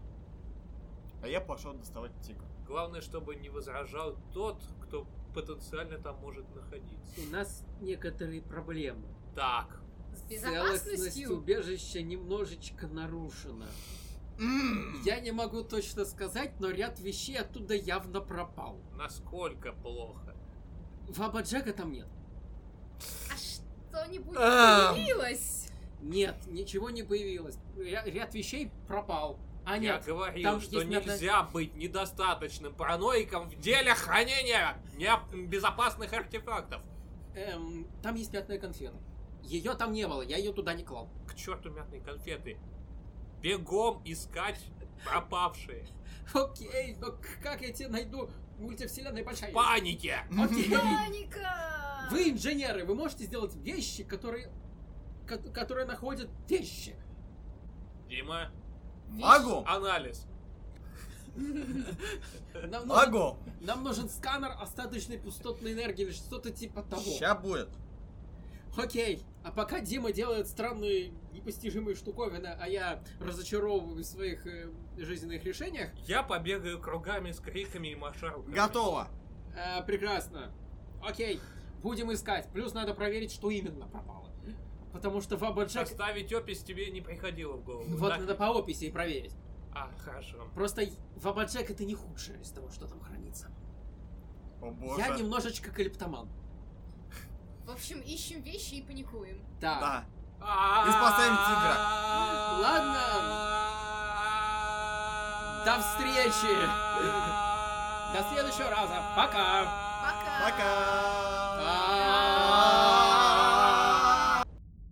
Speaker 2: А я пошел доставать тигра.
Speaker 3: Главное, чтобы не возражал тот, кто потенциально там может находиться.
Speaker 1: У нас некоторые проблемы.
Speaker 3: Так,
Speaker 4: С
Speaker 1: Целостность
Speaker 4: безопасностью.
Speaker 1: убежища немножечко нарушена. Я не могу точно сказать, но ряд вещей оттуда явно пропал.
Speaker 3: насколько плохо?
Speaker 1: Ваба Джека там нет.
Speaker 4: А что-нибудь
Speaker 1: А.
Speaker 2: Ам.
Speaker 4: появилось?
Speaker 1: Нет, ничего не появилось. Ря- ряд вещей пропал. А
Speaker 3: Я
Speaker 1: нет,
Speaker 3: говорил,
Speaker 1: там
Speaker 3: что
Speaker 1: есть одна-
Speaker 3: нельзя быть недостаточным параноиком в деле хранения не- безопасных артефактов.
Speaker 1: эм, там есть пятная конфета. Ее там не было, я ее туда не клал.
Speaker 3: К черту мятные конфеты. Бегом искать пропавшие.
Speaker 1: Окей, но к- как я тебя найду? Мультивселенная большая.
Speaker 3: В панике!
Speaker 4: ну,
Speaker 1: Окей.
Speaker 4: Паника!
Speaker 1: Вы инженеры, вы можете сделать вещи, которые, ко- которые находят вещи.
Speaker 3: Дима,
Speaker 2: Могу!
Speaker 3: анализ.
Speaker 1: Нам нужен,
Speaker 2: Могу!
Speaker 1: нам нужен сканер остаточной пустотной энергии или что-то типа того.
Speaker 2: Ща будет.
Speaker 1: Окей, а пока Дима делает странные непостижимые штуковины, а я разочаровываю в своих э, жизненных решениях,
Speaker 3: Я побегаю кругами с криками и маша руками.
Speaker 2: Готово.
Speaker 1: э, прекрасно. Окей, будем искать. Плюс надо проверить, что именно пропало. Потому что в Абаджак...
Speaker 3: Составить опись тебе не приходило в голову,
Speaker 1: Вот
Speaker 3: да?
Speaker 1: надо по описи и проверить.
Speaker 3: А, хорошо.
Speaker 1: Просто Вабаджек это не худшее из того, что там хранится.
Speaker 2: О
Speaker 1: Я
Speaker 2: боже.
Speaker 1: немножечко калиптоман.
Speaker 4: В общем, ищем вещи и паникуем.
Speaker 1: Да.
Speaker 2: Да.
Speaker 3: И
Speaker 2: спасаем
Speaker 3: тигра.
Speaker 1: До встречи. До следующего раза. Пока.
Speaker 4: Пока!
Speaker 1: А.